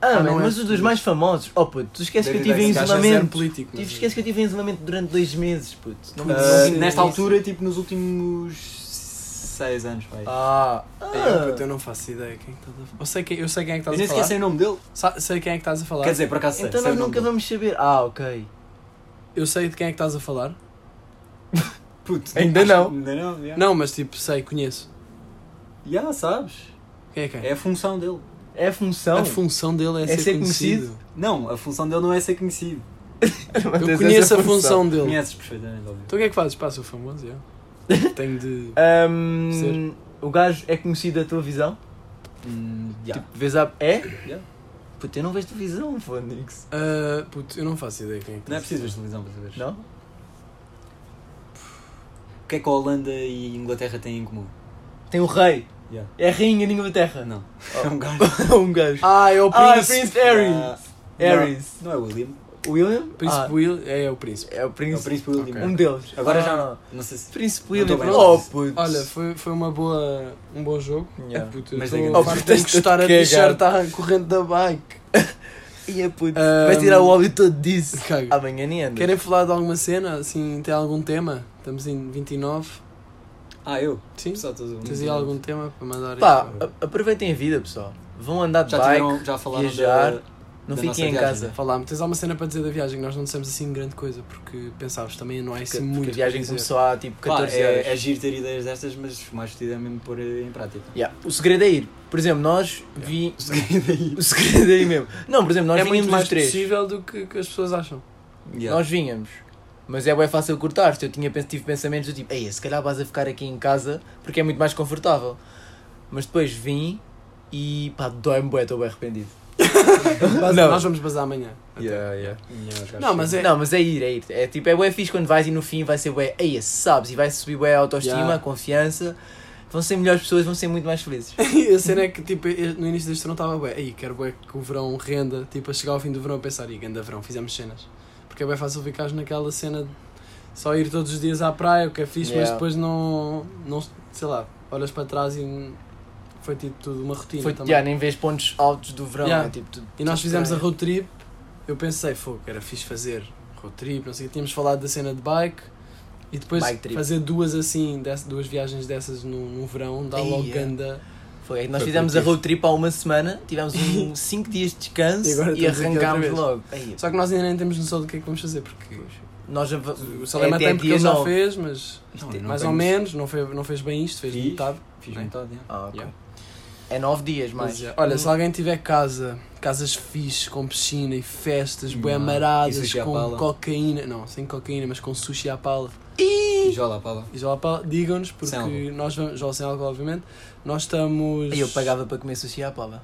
Speaker 2: Ah,
Speaker 1: Ah,
Speaker 2: man,
Speaker 1: não é
Speaker 2: mas os dois
Speaker 1: político.
Speaker 2: mais famosos. Oh, puto, tu esqueces que eu
Speaker 4: David
Speaker 2: estive em
Speaker 4: Beckham.
Speaker 1: Gajo é zero
Speaker 2: isolamento.
Speaker 1: político.
Speaker 2: Tu
Speaker 1: mas- é,
Speaker 2: esqueces que eu estive em isolamento durante dois meses, puto.
Speaker 1: Não
Speaker 2: Ah,
Speaker 1: me
Speaker 4: Ah,
Speaker 1: Sim,
Speaker 4: nesta
Speaker 1: sim.
Speaker 4: altura, tipo nos últimos 6 anos, pai.
Speaker 2: Ah,
Speaker 1: Eu, puto, eu não faço ideia quem é que estás a falar. Eu sei quem, eu sei quem é que
Speaker 4: Eu
Speaker 1: estás
Speaker 4: nem
Speaker 1: a falar.
Speaker 4: esqueci o nome dele.
Speaker 1: Sa- sei quem é que estás a falar.
Speaker 4: Quer dizer, por acaso sei. é
Speaker 2: então
Speaker 4: sei
Speaker 2: nós
Speaker 4: o nome
Speaker 2: nunca
Speaker 4: dele.
Speaker 2: vamos saber. Ah, ok.
Speaker 1: Eu sei de quem é que estás a falar.
Speaker 4: Puto,
Speaker 2: Ainda
Speaker 4: acho-
Speaker 2: não.
Speaker 4: Ainda não, já.
Speaker 1: Não, mas tipo, sei, conheço.
Speaker 4: Já, sabes.
Speaker 1: Quem é quem?
Speaker 4: É a função dele.
Speaker 2: É a função.
Speaker 1: A função dele é, ser, conhecido.
Speaker 4: Não, a função dele não é ser conhecido.
Speaker 1: Eu conheço a função dele.
Speaker 4: Conheces perfeitamente, óbvio.
Speaker 1: Então o que é que fazes? Pá, sou famoso, já. Tenho de...
Speaker 2: Ahm,
Speaker 1: Ser.
Speaker 2: o gajo é conhecido da televisão?
Speaker 4: Hum, já.
Speaker 2: Tipo, vês a... É?
Speaker 4: Yeah.
Speaker 2: Puta, eu não vejo televisão, Fonix.
Speaker 1: Ah, puto, eu não faço ideia quem é que
Speaker 4: Não é
Speaker 1: estás a
Speaker 4: preciso ver televisão
Speaker 1: falar.
Speaker 4: para saber.
Speaker 2: Não?
Speaker 4: O que é que a Holanda e a Inglaterra têm em comum?
Speaker 2: Tem o rei.
Speaker 4: Yeah.
Speaker 2: É a rainha da Inglaterra.
Speaker 4: Não.
Speaker 2: Oh.
Speaker 4: É um gajo.
Speaker 2: um gajo.
Speaker 1: Ah, é o
Speaker 2: Ah, é o
Speaker 1: Príncipe.
Speaker 2: Prince Harry. Harris.
Speaker 4: Não, não é William.
Speaker 2: William?
Speaker 1: Príncipe
Speaker 2: Ah,
Speaker 1: Will é, é o Príncipe.
Speaker 2: É o
Speaker 4: É o
Speaker 2: Príncipe.
Speaker 4: Príncipe William.
Speaker 1: Ok.
Speaker 2: Um deles.
Speaker 4: Agora
Speaker 2: Ah,
Speaker 4: já não. Não sei se.
Speaker 2: Príncipe
Speaker 4: Não
Speaker 2: William.
Speaker 4: tô bem.
Speaker 2: Oh, puto.
Speaker 1: Olha, foi, foi uma boa, um bom jogo.
Speaker 2: Yeah.
Speaker 1: É, puto, eu
Speaker 4: Mas
Speaker 1: estou
Speaker 4: diga-me.
Speaker 1: a farto de encostar a
Speaker 2: Cagar.
Speaker 1: t-shirt à corrente da bike.
Speaker 2: Ia, puto.
Speaker 1: Ahm.
Speaker 2: Vais tirar o Ah, óleo todo disso.
Speaker 1: Cago.
Speaker 2: Amanhã nem anda.
Speaker 1: Um, Querem falar de alguma cena? Assim, tem algum tema? Estamos em 29.
Speaker 4: Ah, eu?
Speaker 1: Sim?
Speaker 4: Só estou a-
Speaker 1: Tens aí algum tema para mandar aí?
Speaker 2: Pá, a- aproveitem a vida, pessoal. Vão andar de
Speaker 4: Já,
Speaker 2: bike.
Speaker 4: tiveram, já falaram
Speaker 2: viajar.
Speaker 4: da,
Speaker 2: Não
Speaker 4: Da nossa
Speaker 2: fiquem em
Speaker 4: viagem,
Speaker 2: casa.
Speaker 1: Falámos, tens alguma cena para dizer da viagem? Nós não dissemos assim grande coisa, porque pensavas também, não há
Speaker 2: Porque,
Speaker 1: assim
Speaker 2: porque
Speaker 1: muito.
Speaker 2: a viagem
Speaker 1: para dizer.
Speaker 2: começou há tipo 14
Speaker 4: Claro, é,
Speaker 2: horas.
Speaker 4: é giro ter ideias destas, mas o mais fodido é mesmo pôr em prática.
Speaker 2: Yeah. O segredo é ir. Por exemplo, nós vi.
Speaker 4: O segredo é ir.
Speaker 2: O segredo é ir mesmo. Não, por exemplo, nós
Speaker 1: é
Speaker 2: vínhamos
Speaker 1: muito mais
Speaker 2: os três.
Speaker 1: possível do que, que as pessoas acham.
Speaker 4: Yeah.
Speaker 2: Nós vínhamos. Mas é bem fácil cortar. Eu tinha, pens- tive pensamentos do tipo, Ei, se calhar vais a ficar aqui em casa porque é muito mais confortável. Mas depois vim e pá, dói-me bué, estou bem arrependido.
Speaker 1: Mas
Speaker 2: Não.
Speaker 1: Nós vamos bazar amanhã.
Speaker 2: Yeah, yeah.
Speaker 4: Yeah, os gajos
Speaker 1: Não, mas é.
Speaker 2: Não, mas é ir, é ir. É tipo, é bué fixe quando vais e no fim vai ser bué, Ei, sabes, e vai subir bué a autoestima,
Speaker 1: Yeah.
Speaker 2: a confiança. Vão ser melhores pessoas, vão ser muito mais felizes.
Speaker 1: E a cena é que, tipo, eu- no início deste verão estava bué, aí quero bué que o verão renda, tipo, a chegar ao fim do verão a pensar, e ganda verão, fizemos cenas. Porque é bem fácil ficares naquela cena de só ir todos os dias à praia, o que é fixe, mas
Speaker 2: Yeah.
Speaker 1: depois não, não, sei lá, olhas para trás e foi tipo tudo uma rotina
Speaker 2: Foi,
Speaker 1: também.
Speaker 2: yeah, nem vês pontos altos do verão.
Speaker 1: Yeah.
Speaker 2: é tipo, tu-
Speaker 1: E nós
Speaker 2: tu-
Speaker 1: fizemos a road trip, eu pensei, fogo, era fixe fazer road trip, não sei o que, tínhamos falado da cena de bike. E depois
Speaker 2: Bike trip.
Speaker 1: fazer duas assim, dess- duas viagens dessas num, num verão, dá
Speaker 2: Ia.
Speaker 1: logo ganda.
Speaker 2: Foi, é nós
Speaker 4: Foi
Speaker 2: fizemos a
Speaker 4: produtivo.
Speaker 2: road trip há uma semana, tivemos 5 dias de
Speaker 1: E
Speaker 2: descanso
Speaker 1: agora estamos
Speaker 2: e,
Speaker 1: aqui outra
Speaker 2: arrancámos
Speaker 1: vez.
Speaker 2: logo. Ei,
Speaker 1: Só que nós ainda nem temos noção do que é que vamos fazer, porque
Speaker 2: nós
Speaker 1: O
Speaker 2: É
Speaker 1: Salema tem porque ele já fez, mas
Speaker 4: Não, eu não
Speaker 1: mais
Speaker 4: tenho
Speaker 1: ou menos, não fez, não fez bem isto, fez
Speaker 4: Fiz.
Speaker 1: metade.
Speaker 4: Fiz
Speaker 1: Bem.
Speaker 4: metade, yeah.
Speaker 1: Yeah.
Speaker 2: Ah, É 9 dias mais. Hum.
Speaker 1: Mas, é, olha, se alguém tiver casa, casas fixes, com piscina e festas, bué
Speaker 4: Não. é E
Speaker 1: amaradas,
Speaker 4: sushi à
Speaker 1: com
Speaker 4: pala.
Speaker 1: cocaína, não, sem cocaína, mas com sushi à pala
Speaker 4: E já lá, Paula.
Speaker 1: e já à pala, digam-nos, porque
Speaker 4: Sem álcool.
Speaker 1: nós vamos, já sem álcool, obviamente, nós estamos.
Speaker 2: Aí eu pagava para comer sushi à pala.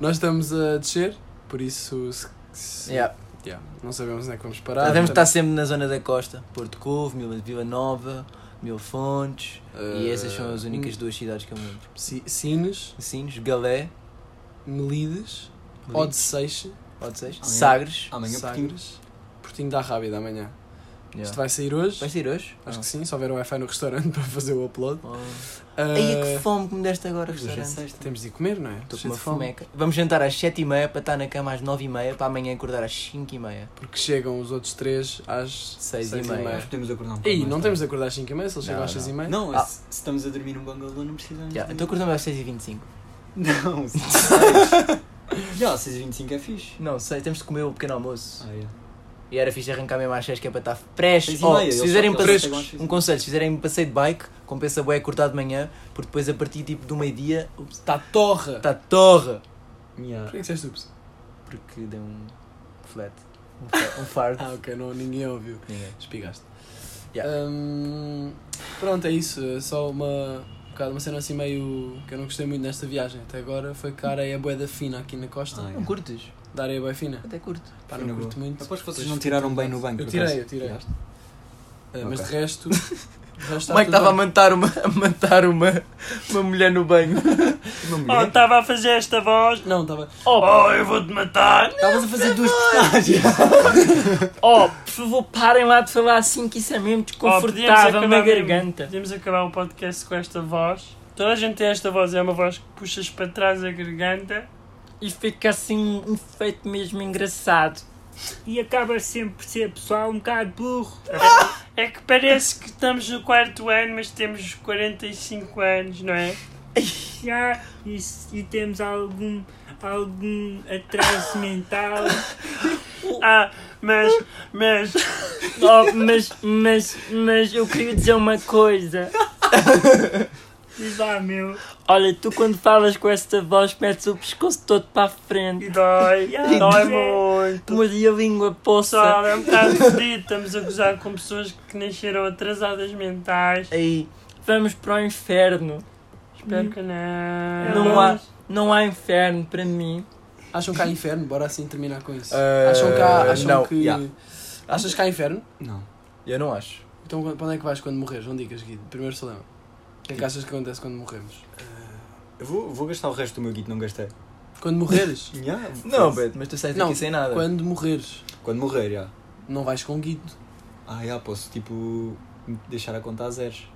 Speaker 1: Nós estamos a descer, por isso. se- se-
Speaker 2: Yeah.
Speaker 1: yeah, não sabemos onde é que vamos parar.
Speaker 2: Devemos estar sempre na zona da costa. Porto Covo, Mil- Vila Nova, Mil Fontes. E essas são as únicas duas cidades que eu me lembro.
Speaker 1: Si- Sines,
Speaker 2: Sinos, Galé,
Speaker 1: Melides,
Speaker 2: Odes,
Speaker 1: Odeceixe,
Speaker 2: Odesseis,
Speaker 4: Amanhã.
Speaker 2: Sagres.
Speaker 4: Amanhã Portinho.
Speaker 1: Sagres, Portinho da Rábida amanhã.
Speaker 2: Yeah.
Speaker 1: Isto vai sair hoje.
Speaker 2: Vais sair hoje?
Speaker 1: Acho que
Speaker 2: Ah.
Speaker 1: sim, só ver o Wi-Fi no restaurante para fazer o upload.
Speaker 2: Oh.
Speaker 1: Ah,
Speaker 2: Aí que fome que me deste agora,
Speaker 4: Hoje é
Speaker 2: restaurante.
Speaker 4: sexta.
Speaker 1: Temos de ir comer, não é?
Speaker 2: Estou com
Speaker 1: Cheio
Speaker 2: uma
Speaker 1: de fome.
Speaker 2: fomeca. Vamos jantar às 7h30 para estar na cama às 9h30 para amanhã acordar às 5h30.
Speaker 1: Porque chegam os outros três às
Speaker 2: Seis
Speaker 1: 6 e
Speaker 2: e meia. tá.
Speaker 1: meia.
Speaker 4: Nós podemos acordar um bocado
Speaker 1: Ei,
Speaker 4: mais
Speaker 1: não
Speaker 4: tarde.
Speaker 1: temos de acordar às 5 e meia, se eles chegam
Speaker 2: Não,
Speaker 1: às 6 e meia.
Speaker 4: Não,
Speaker 2: Ah.
Speaker 4: se, se estamos a dormir num bangalô não precisamos.
Speaker 2: Já,
Speaker 4: de-
Speaker 2: então acordamos às 6h25.
Speaker 4: Não, se- Já, 6h25 é fixe.
Speaker 2: Não, sei, temos de comer o pequeno almoço.
Speaker 4: Ah, é.
Speaker 2: E era fixe arrancar mesmo às 6 que é para estar fresh.
Speaker 4: Seis e
Speaker 2: Oh,
Speaker 4: meia,
Speaker 2: se
Speaker 4: eles
Speaker 2: fizerem
Speaker 4: só-
Speaker 2: passe-
Speaker 4: eles chegam às seis e
Speaker 2: Um
Speaker 4: meia.
Speaker 2: conselho, se fizerem passeio de bike, compensa bué cortar de manhã, porque depois a partir tipo do meio-dia tá
Speaker 1: Está tá torra!
Speaker 2: está torre.
Speaker 4: Yeah.
Speaker 1: Por que disseste ups?
Speaker 2: Porque deu um flat. Um fa- Um fart.
Speaker 1: Ah, ok, não, ninguém ouviu.
Speaker 2: Ninguém.
Speaker 1: Espigaste.
Speaker 2: Yeah.
Speaker 1: Hum, pronto, é isso. É Só uma, um bocado uma cena assim meio que eu não gostei muito nesta viagem até agora foi que a areia é boeda fina aqui na costa.
Speaker 4: Ah,
Speaker 2: Não curtes?
Speaker 1: Da areia boé fina.
Speaker 2: Até curto.
Speaker 1: Pá,
Speaker 4: Foi
Speaker 1: não
Speaker 4: na
Speaker 1: curto muito.
Speaker 4: Aposto que vocês
Speaker 1: Depois
Speaker 4: não
Speaker 1: fico
Speaker 4: tiraram
Speaker 1: todo
Speaker 4: bem no
Speaker 1: lado.
Speaker 4: banco.
Speaker 1: Eu
Speaker 4: por
Speaker 1: tirei,
Speaker 4: acaso.
Speaker 1: eu tirei.
Speaker 4: Tiraste?
Speaker 1: Ah, Mas de
Speaker 4: Ok.
Speaker 1: resto. de resto
Speaker 2: Como é que
Speaker 1: está
Speaker 2: estava a
Speaker 1: tudo bem.
Speaker 2: matar uma, a matar uma, uma mulher no banho?
Speaker 4: Uma
Speaker 1: Ah.
Speaker 4: mulher?
Speaker 5: estava a fazer esta voz.
Speaker 1: Não, estava.
Speaker 5: Oh, oh eu vou-te matar.
Speaker 4: Estavas a fazer duas personagens.
Speaker 5: Oh,
Speaker 6: Por favor, parem lá de falar assim que isso é mesmo desconfortável
Speaker 5: Oh, podíamos
Speaker 6: na
Speaker 5: acabar mesmo.
Speaker 6: garganta.
Speaker 5: podemos acabar o podcast com esta voz. Toda a gente tem esta voz, é uma voz que puxas para trás a garganta
Speaker 6: E fica assim um feito mesmo engraçado.
Speaker 5: e acaba sempre por ser pessoal um bocado burro. É que parece que estamos no quarto ano, mas temos 45 anos, não é? Já, e, se- e temos algum, algum atraso mental. Ah, mas, mas,
Speaker 6: Oh, mas, mas, mas eu queria dizer uma coisa.
Speaker 5: diz lá, meu,
Speaker 6: Olha, tu quando falas com esta voz metes o pescoço todo para a frente.
Speaker 5: e dói, dói muito.
Speaker 6: Tu mordi a língua, poça.
Speaker 5: Pessoal, é um bocado fodido. Estamos a gozar com pessoas que nasceram atrasadas mentais.
Speaker 6: Aí, vamos para o inferno.
Speaker 5: Espero que não.
Speaker 6: Não há, não há inferno para mim.
Speaker 1: Acham que há inferno? Bora assim terminar com isso.
Speaker 2: Eh,
Speaker 1: acham que há. Acham
Speaker 2: não.
Speaker 1: que.
Speaker 4: Yeah.
Speaker 1: Achas que há inferno?
Speaker 4: Não.
Speaker 2: Eu não acho.
Speaker 1: Então quando- para onde é que vais quando morreres? Não digas, Guido. Primeiro se lembra. O que é que achas que acontece quando morremos?
Speaker 4: Eu vou, vou gastar o resto do meu guito, não gastei.
Speaker 1: Quando morreres?
Speaker 4: Yeah,
Speaker 2: Não,
Speaker 4: foda-se.
Speaker 2: Beto, mas tu sais
Speaker 1: Não,
Speaker 2: daqui sem nada.
Speaker 1: quando morreres,
Speaker 4: Quando morrer, já.
Speaker 1: não vais com Guido.
Speaker 4: Ah, já, posso, tipo, deixar a conta a zeros.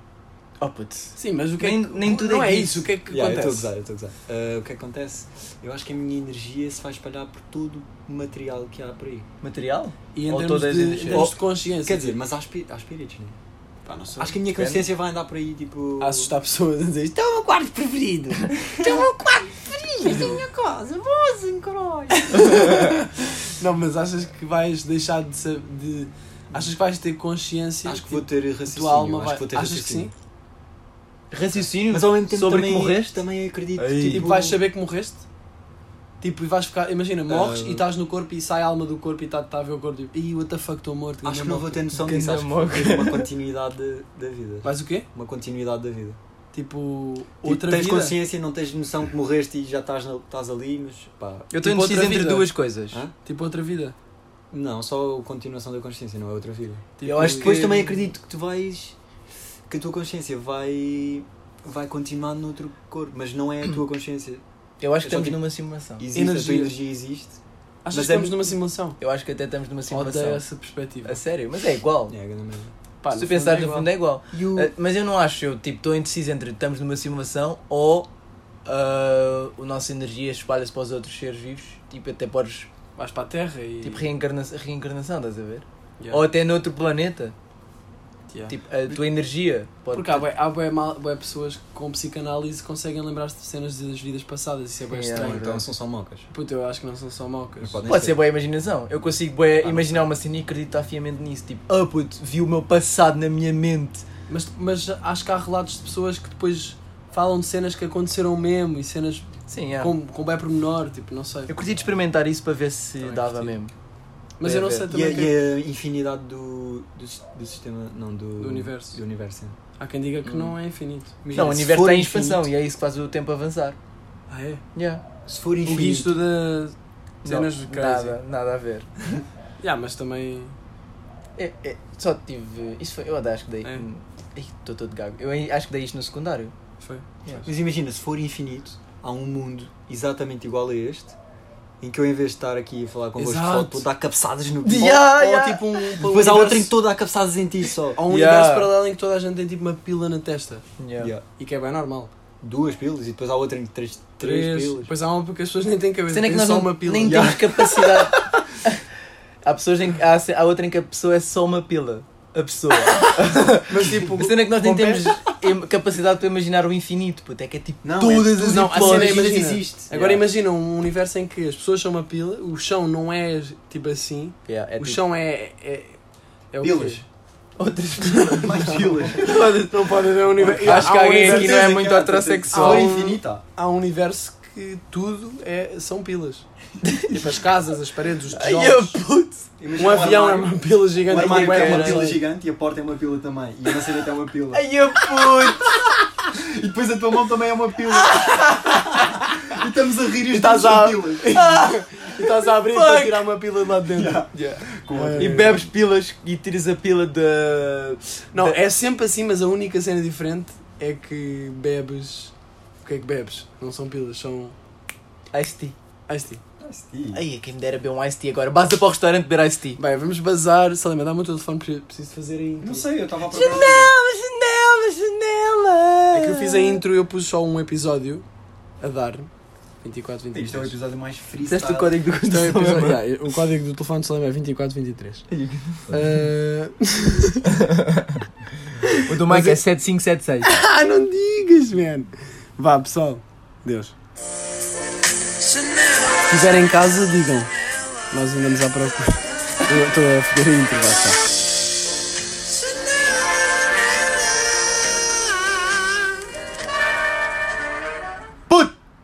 Speaker 2: Oh, puto.
Speaker 1: Sim, mas o que é
Speaker 2: Nem-
Speaker 1: que.
Speaker 2: nem tudo é
Speaker 1: não é
Speaker 2: Guido.
Speaker 1: isso. O que é que
Speaker 4: Yeah, eu estou a gozar,
Speaker 1: acontece?
Speaker 4: eu estou a gozar. Ah, o que é que acontece? Eu acho que a minha energia se vai espalhar por todo o material que há por aí.
Speaker 2: Material?
Speaker 1: E em
Speaker 2: Ou
Speaker 1: termos, de,
Speaker 2: todas as
Speaker 1: em
Speaker 2: energias.
Speaker 1: termos de
Speaker 4: Ou-
Speaker 1: consciência.
Speaker 4: Quer dizer, mas há, espi há espíritos, né?
Speaker 1: Pá, não sei.
Speaker 4: Acho que a minha
Speaker 2: Depende.
Speaker 4: consciência vai andar por aí, tipo.
Speaker 1: "Então a assustar pessoas a dizer isto é o meu quarto preferido. Isto é o meu quarto Não, mas achas que vais deixar de, sab- de- Achas que vais ter consciência
Speaker 4: Acho que
Speaker 1: tipo,
Speaker 4: vou ter
Speaker 1: tua alma
Speaker 4: raciocínio.
Speaker 1: vai...
Speaker 4: Acho que vou ter
Speaker 1: achas que sim?
Speaker 4: raciocínio.
Speaker 2: Raciocínio
Speaker 4: Mas ao mesmo tempo
Speaker 2: sobre
Speaker 4: também,
Speaker 2: que morreste?
Speaker 4: também acredito.
Speaker 2: Ei.
Speaker 4: Tipo,
Speaker 1: Tipo, vais saber que morreste? Tipo, e vais ficar. Imagina, morres
Speaker 4: Ah.
Speaker 1: e estás no corpo e sai a alma do corpo e está tá a ver o corpo tipo, ih, what the fuck, estou morto.
Speaker 4: Acho que
Speaker 1: ganda
Speaker 4: não vou
Speaker 1: morte."
Speaker 4: ter noção
Speaker 2: Ganda
Speaker 4: disso. Acho que vou ter uma continuidade da- da vida.
Speaker 1: Vais o quê?
Speaker 4: Uma continuidade da vida.
Speaker 1: Tipo,
Speaker 4: Outra
Speaker 1: outra
Speaker 4: tens
Speaker 1: vida.
Speaker 4: consciência, não tens noção que morreste e já estás, na- estás ali, mas pá.
Speaker 2: Eu estou
Speaker 1: Tipo,
Speaker 2: indeciso
Speaker 1: outra
Speaker 2: entre
Speaker 1: vida.
Speaker 2: duas coisas.
Speaker 4: Hã?
Speaker 1: Tipo, outra vida.
Speaker 4: Não, só a continuação da consciência, não é outra vida.
Speaker 1: Tipo,
Speaker 2: acho que-
Speaker 4: Depois também acredito que tu vais. que a tua consciência vai. vai continuar noutro corpo, mas não é a tua consciência.
Speaker 2: Eu acho que
Speaker 4: Eu só
Speaker 2: estamos
Speaker 4: digo-
Speaker 2: numa simulação.
Speaker 4: Existe, a tua
Speaker 1: Energia.
Speaker 4: energia existe.
Speaker 1: Achas
Speaker 4: Mas
Speaker 1: que
Speaker 4: é-
Speaker 1: estamos numa simulação?
Speaker 2: Eu acho que até estamos numa
Speaker 1: Odeio
Speaker 2: simulação.
Speaker 1: essa perspectiva.
Speaker 2: A sério, mas é igual.
Speaker 4: É, grande merda.
Speaker 1: Pá,
Speaker 2: Se
Speaker 1: no
Speaker 2: tu
Speaker 1: fundo
Speaker 2: pensares
Speaker 1: é
Speaker 2: no
Speaker 1: igual.
Speaker 2: fundo é igual.
Speaker 4: E o.
Speaker 2: Ah, Mas eu não acho, eu tipo estou indeciso entre estamos numa simulação ou ah, a nossa energia espalha-se para os outros seres vivos, tipo até podes,
Speaker 1: Vais para a Terra e.
Speaker 2: tipo reencarna reencarnação, estás a ver?
Speaker 1: Yeah.
Speaker 2: Ou até noutro planeta,
Speaker 1: Yeah.
Speaker 2: tipo a tua energia pode...
Speaker 1: Porque há, bué, há bué mal- bué pessoas que com psicanálise conseguem lembrar-se de cenas das vidas passadas. Isso é bem
Speaker 2: Yeah.
Speaker 1: estranho.
Speaker 2: Não,
Speaker 4: Então são só mocas.
Speaker 1: Puta, eu acho que não são só mocas.
Speaker 4: Não podem
Speaker 2: Pode ser boa imaginação. Eu consigo bué,
Speaker 4: Ah, não
Speaker 2: imaginar uma cena e acreditar fiamente nisso. Tipo, ah puto, vi o meu passado na minha mente.
Speaker 1: Mas, mas acho que há relatos de pessoas que depois falam de cenas que aconteceram mesmo e cenas
Speaker 2: Sim, é.
Speaker 1: com, com bem pormenor, tipo, não sei.
Speaker 2: Eu curti de experimentar isso para ver se
Speaker 1: Também
Speaker 2: dava
Speaker 1: curti.
Speaker 2: mesmo.
Speaker 1: Mas
Speaker 2: Bem
Speaker 1: eu
Speaker 2: a
Speaker 1: não
Speaker 2: ver.
Speaker 1: sei também.
Speaker 4: E a,
Speaker 1: que- é.
Speaker 4: e a infinidade do, do, si- do sistema. Não, do.
Speaker 1: Do universo.
Speaker 4: Do universo, é.
Speaker 1: Há quem diga que não é infinito.
Speaker 4: Imagina,
Speaker 2: não, o
Speaker 4: se
Speaker 2: universo
Speaker 4: for
Speaker 2: está em
Speaker 4: infinito-
Speaker 2: expansão e é isso que faz o tempo avançar.
Speaker 1: Ah, é?
Speaker 2: Yeah.
Speaker 4: Se for
Speaker 1: O
Speaker 4: infinito.
Speaker 1: guisto da. Cenas
Speaker 2: Não,
Speaker 1: crazy.
Speaker 2: Nada, nada a ver.
Speaker 1: Yeah, mas também.
Speaker 2: É, é, só tive. Isso foi. Eu até acho que dei.
Speaker 1: É.
Speaker 2: Estou todo gago. Eu ai- acho que dei isto no secundário.
Speaker 1: Foi.
Speaker 2: Yeah.
Speaker 4: Mas imagina, se for infinito, há um mundo exatamente igual a este, em que eu em vez de estar aqui a falar convosco
Speaker 1: Exato.
Speaker 4: só estou a dar cabeçadas no
Speaker 2: Dia-
Speaker 4: pé.
Speaker 2: Yeah,
Speaker 1: ou,
Speaker 2: yeah.
Speaker 1: ou tipo um.
Speaker 4: Depois há outra em que
Speaker 1: um universo-
Speaker 4: estou a dar cabeçadas em ti só.
Speaker 1: Há um
Speaker 2: Yeah.
Speaker 1: universo paralelo em que toda a gente tem tipo uma pila na testa.
Speaker 2: Yeah.
Speaker 4: Yeah.
Speaker 1: E que é bem normal.
Speaker 4: Duas pilas e depois há outra em que três, três, pilas.
Speaker 1: Depois há uma porque as pessoas nem têm
Speaker 2: A
Speaker 1: cabeça.
Speaker 2: cena é
Speaker 1: Têm
Speaker 2: que nós
Speaker 1: só
Speaker 2: não,
Speaker 1: uma pila.
Speaker 2: nem
Speaker 4: Yeah.
Speaker 2: temos capacidade. há pessoas em que. Há, ce- há outra em que a pessoa é só uma pila. A pessoa.
Speaker 1: Mas tipo.
Speaker 2: A cena é que nós nem
Speaker 1: Bom,
Speaker 2: temos im- capacidade para imaginar o infinito, puto. É que é tipo
Speaker 4: Não, é
Speaker 2: todas as
Speaker 1: Não, a cena é
Speaker 2: hipóteses.
Speaker 1: imagina.
Speaker 4: existe. Yeah.
Speaker 1: Agora imagina um universo em que as pessoas são uma pila, o chão não é tipo assim,
Speaker 2: Yeah, é
Speaker 1: o
Speaker 2: tipo
Speaker 1: chão é. é, é o quê?
Speaker 4: Pilas.
Speaker 2: Outras
Speaker 4: Mais pilas.
Speaker 1: Não pode haver um universo.
Speaker 2: Acho que
Speaker 1: há um
Speaker 2: alguém aqui
Speaker 1: universo-
Speaker 2: não é muito
Speaker 1: Há
Speaker 4: Só
Speaker 2: heterossexual.
Speaker 1: um-
Speaker 4: é infinita.
Speaker 1: Há um universo que tudo é, são pilas. tipo as casas, as paredes, os
Speaker 2: Ai, eu,
Speaker 1: tijolos.
Speaker 2: puto.
Speaker 1: Um avião é uma pila
Speaker 4: O
Speaker 1: gigante.
Speaker 4: armário
Speaker 1: bué
Speaker 4: é uma
Speaker 1: grande.
Speaker 4: pila gigante e a porta é uma pila também. E a maçaneta é uma pila.
Speaker 2: Ai, eu, puto.
Speaker 4: E depois a tua mão também é uma pila. E estamos a rir e
Speaker 1: estás
Speaker 4: estamos a
Speaker 1: a-
Speaker 4: pilas.
Speaker 1: E estás a abrir para tirar uma pila de lá de dentro.
Speaker 2: E bebes pilas e tiras a pila da.
Speaker 1: Não,
Speaker 2: da-
Speaker 1: é sempre assim, mas a única cena diferente é que bebes. O que é que bebes? Não são pilas, são.
Speaker 2: Ice tea.
Speaker 1: Ice tea.
Speaker 2: Ai, quem me dera beber um ice tea agora. Basta para o restaurante beber ice tea.
Speaker 1: Bem, vamos bazar. Salema, dá-me o teu telefone, pre- preciso fazer a intro.
Speaker 4: Não sei, eu estava a
Speaker 2: Janela, janela, janela.
Speaker 1: É que eu fiz a intro e eu pus só um episódio a dar. 24, 23.
Speaker 4: Isto é o episódio mais freestyle.
Speaker 2: Dizeste o código do
Speaker 1: Isto é o
Speaker 2: coração.
Speaker 1: episódio- yeah, o código do telefone de Salema é 24, 23.
Speaker 4: um
Speaker 1: Ah,
Speaker 2: O do Mike é 7576.
Speaker 1: ah, não digas, man. Vá, pessoal. Deus. Se estiverem em casa, digam. Nós andamos à procura. Eu Estou a foder a intro, vá, tchau.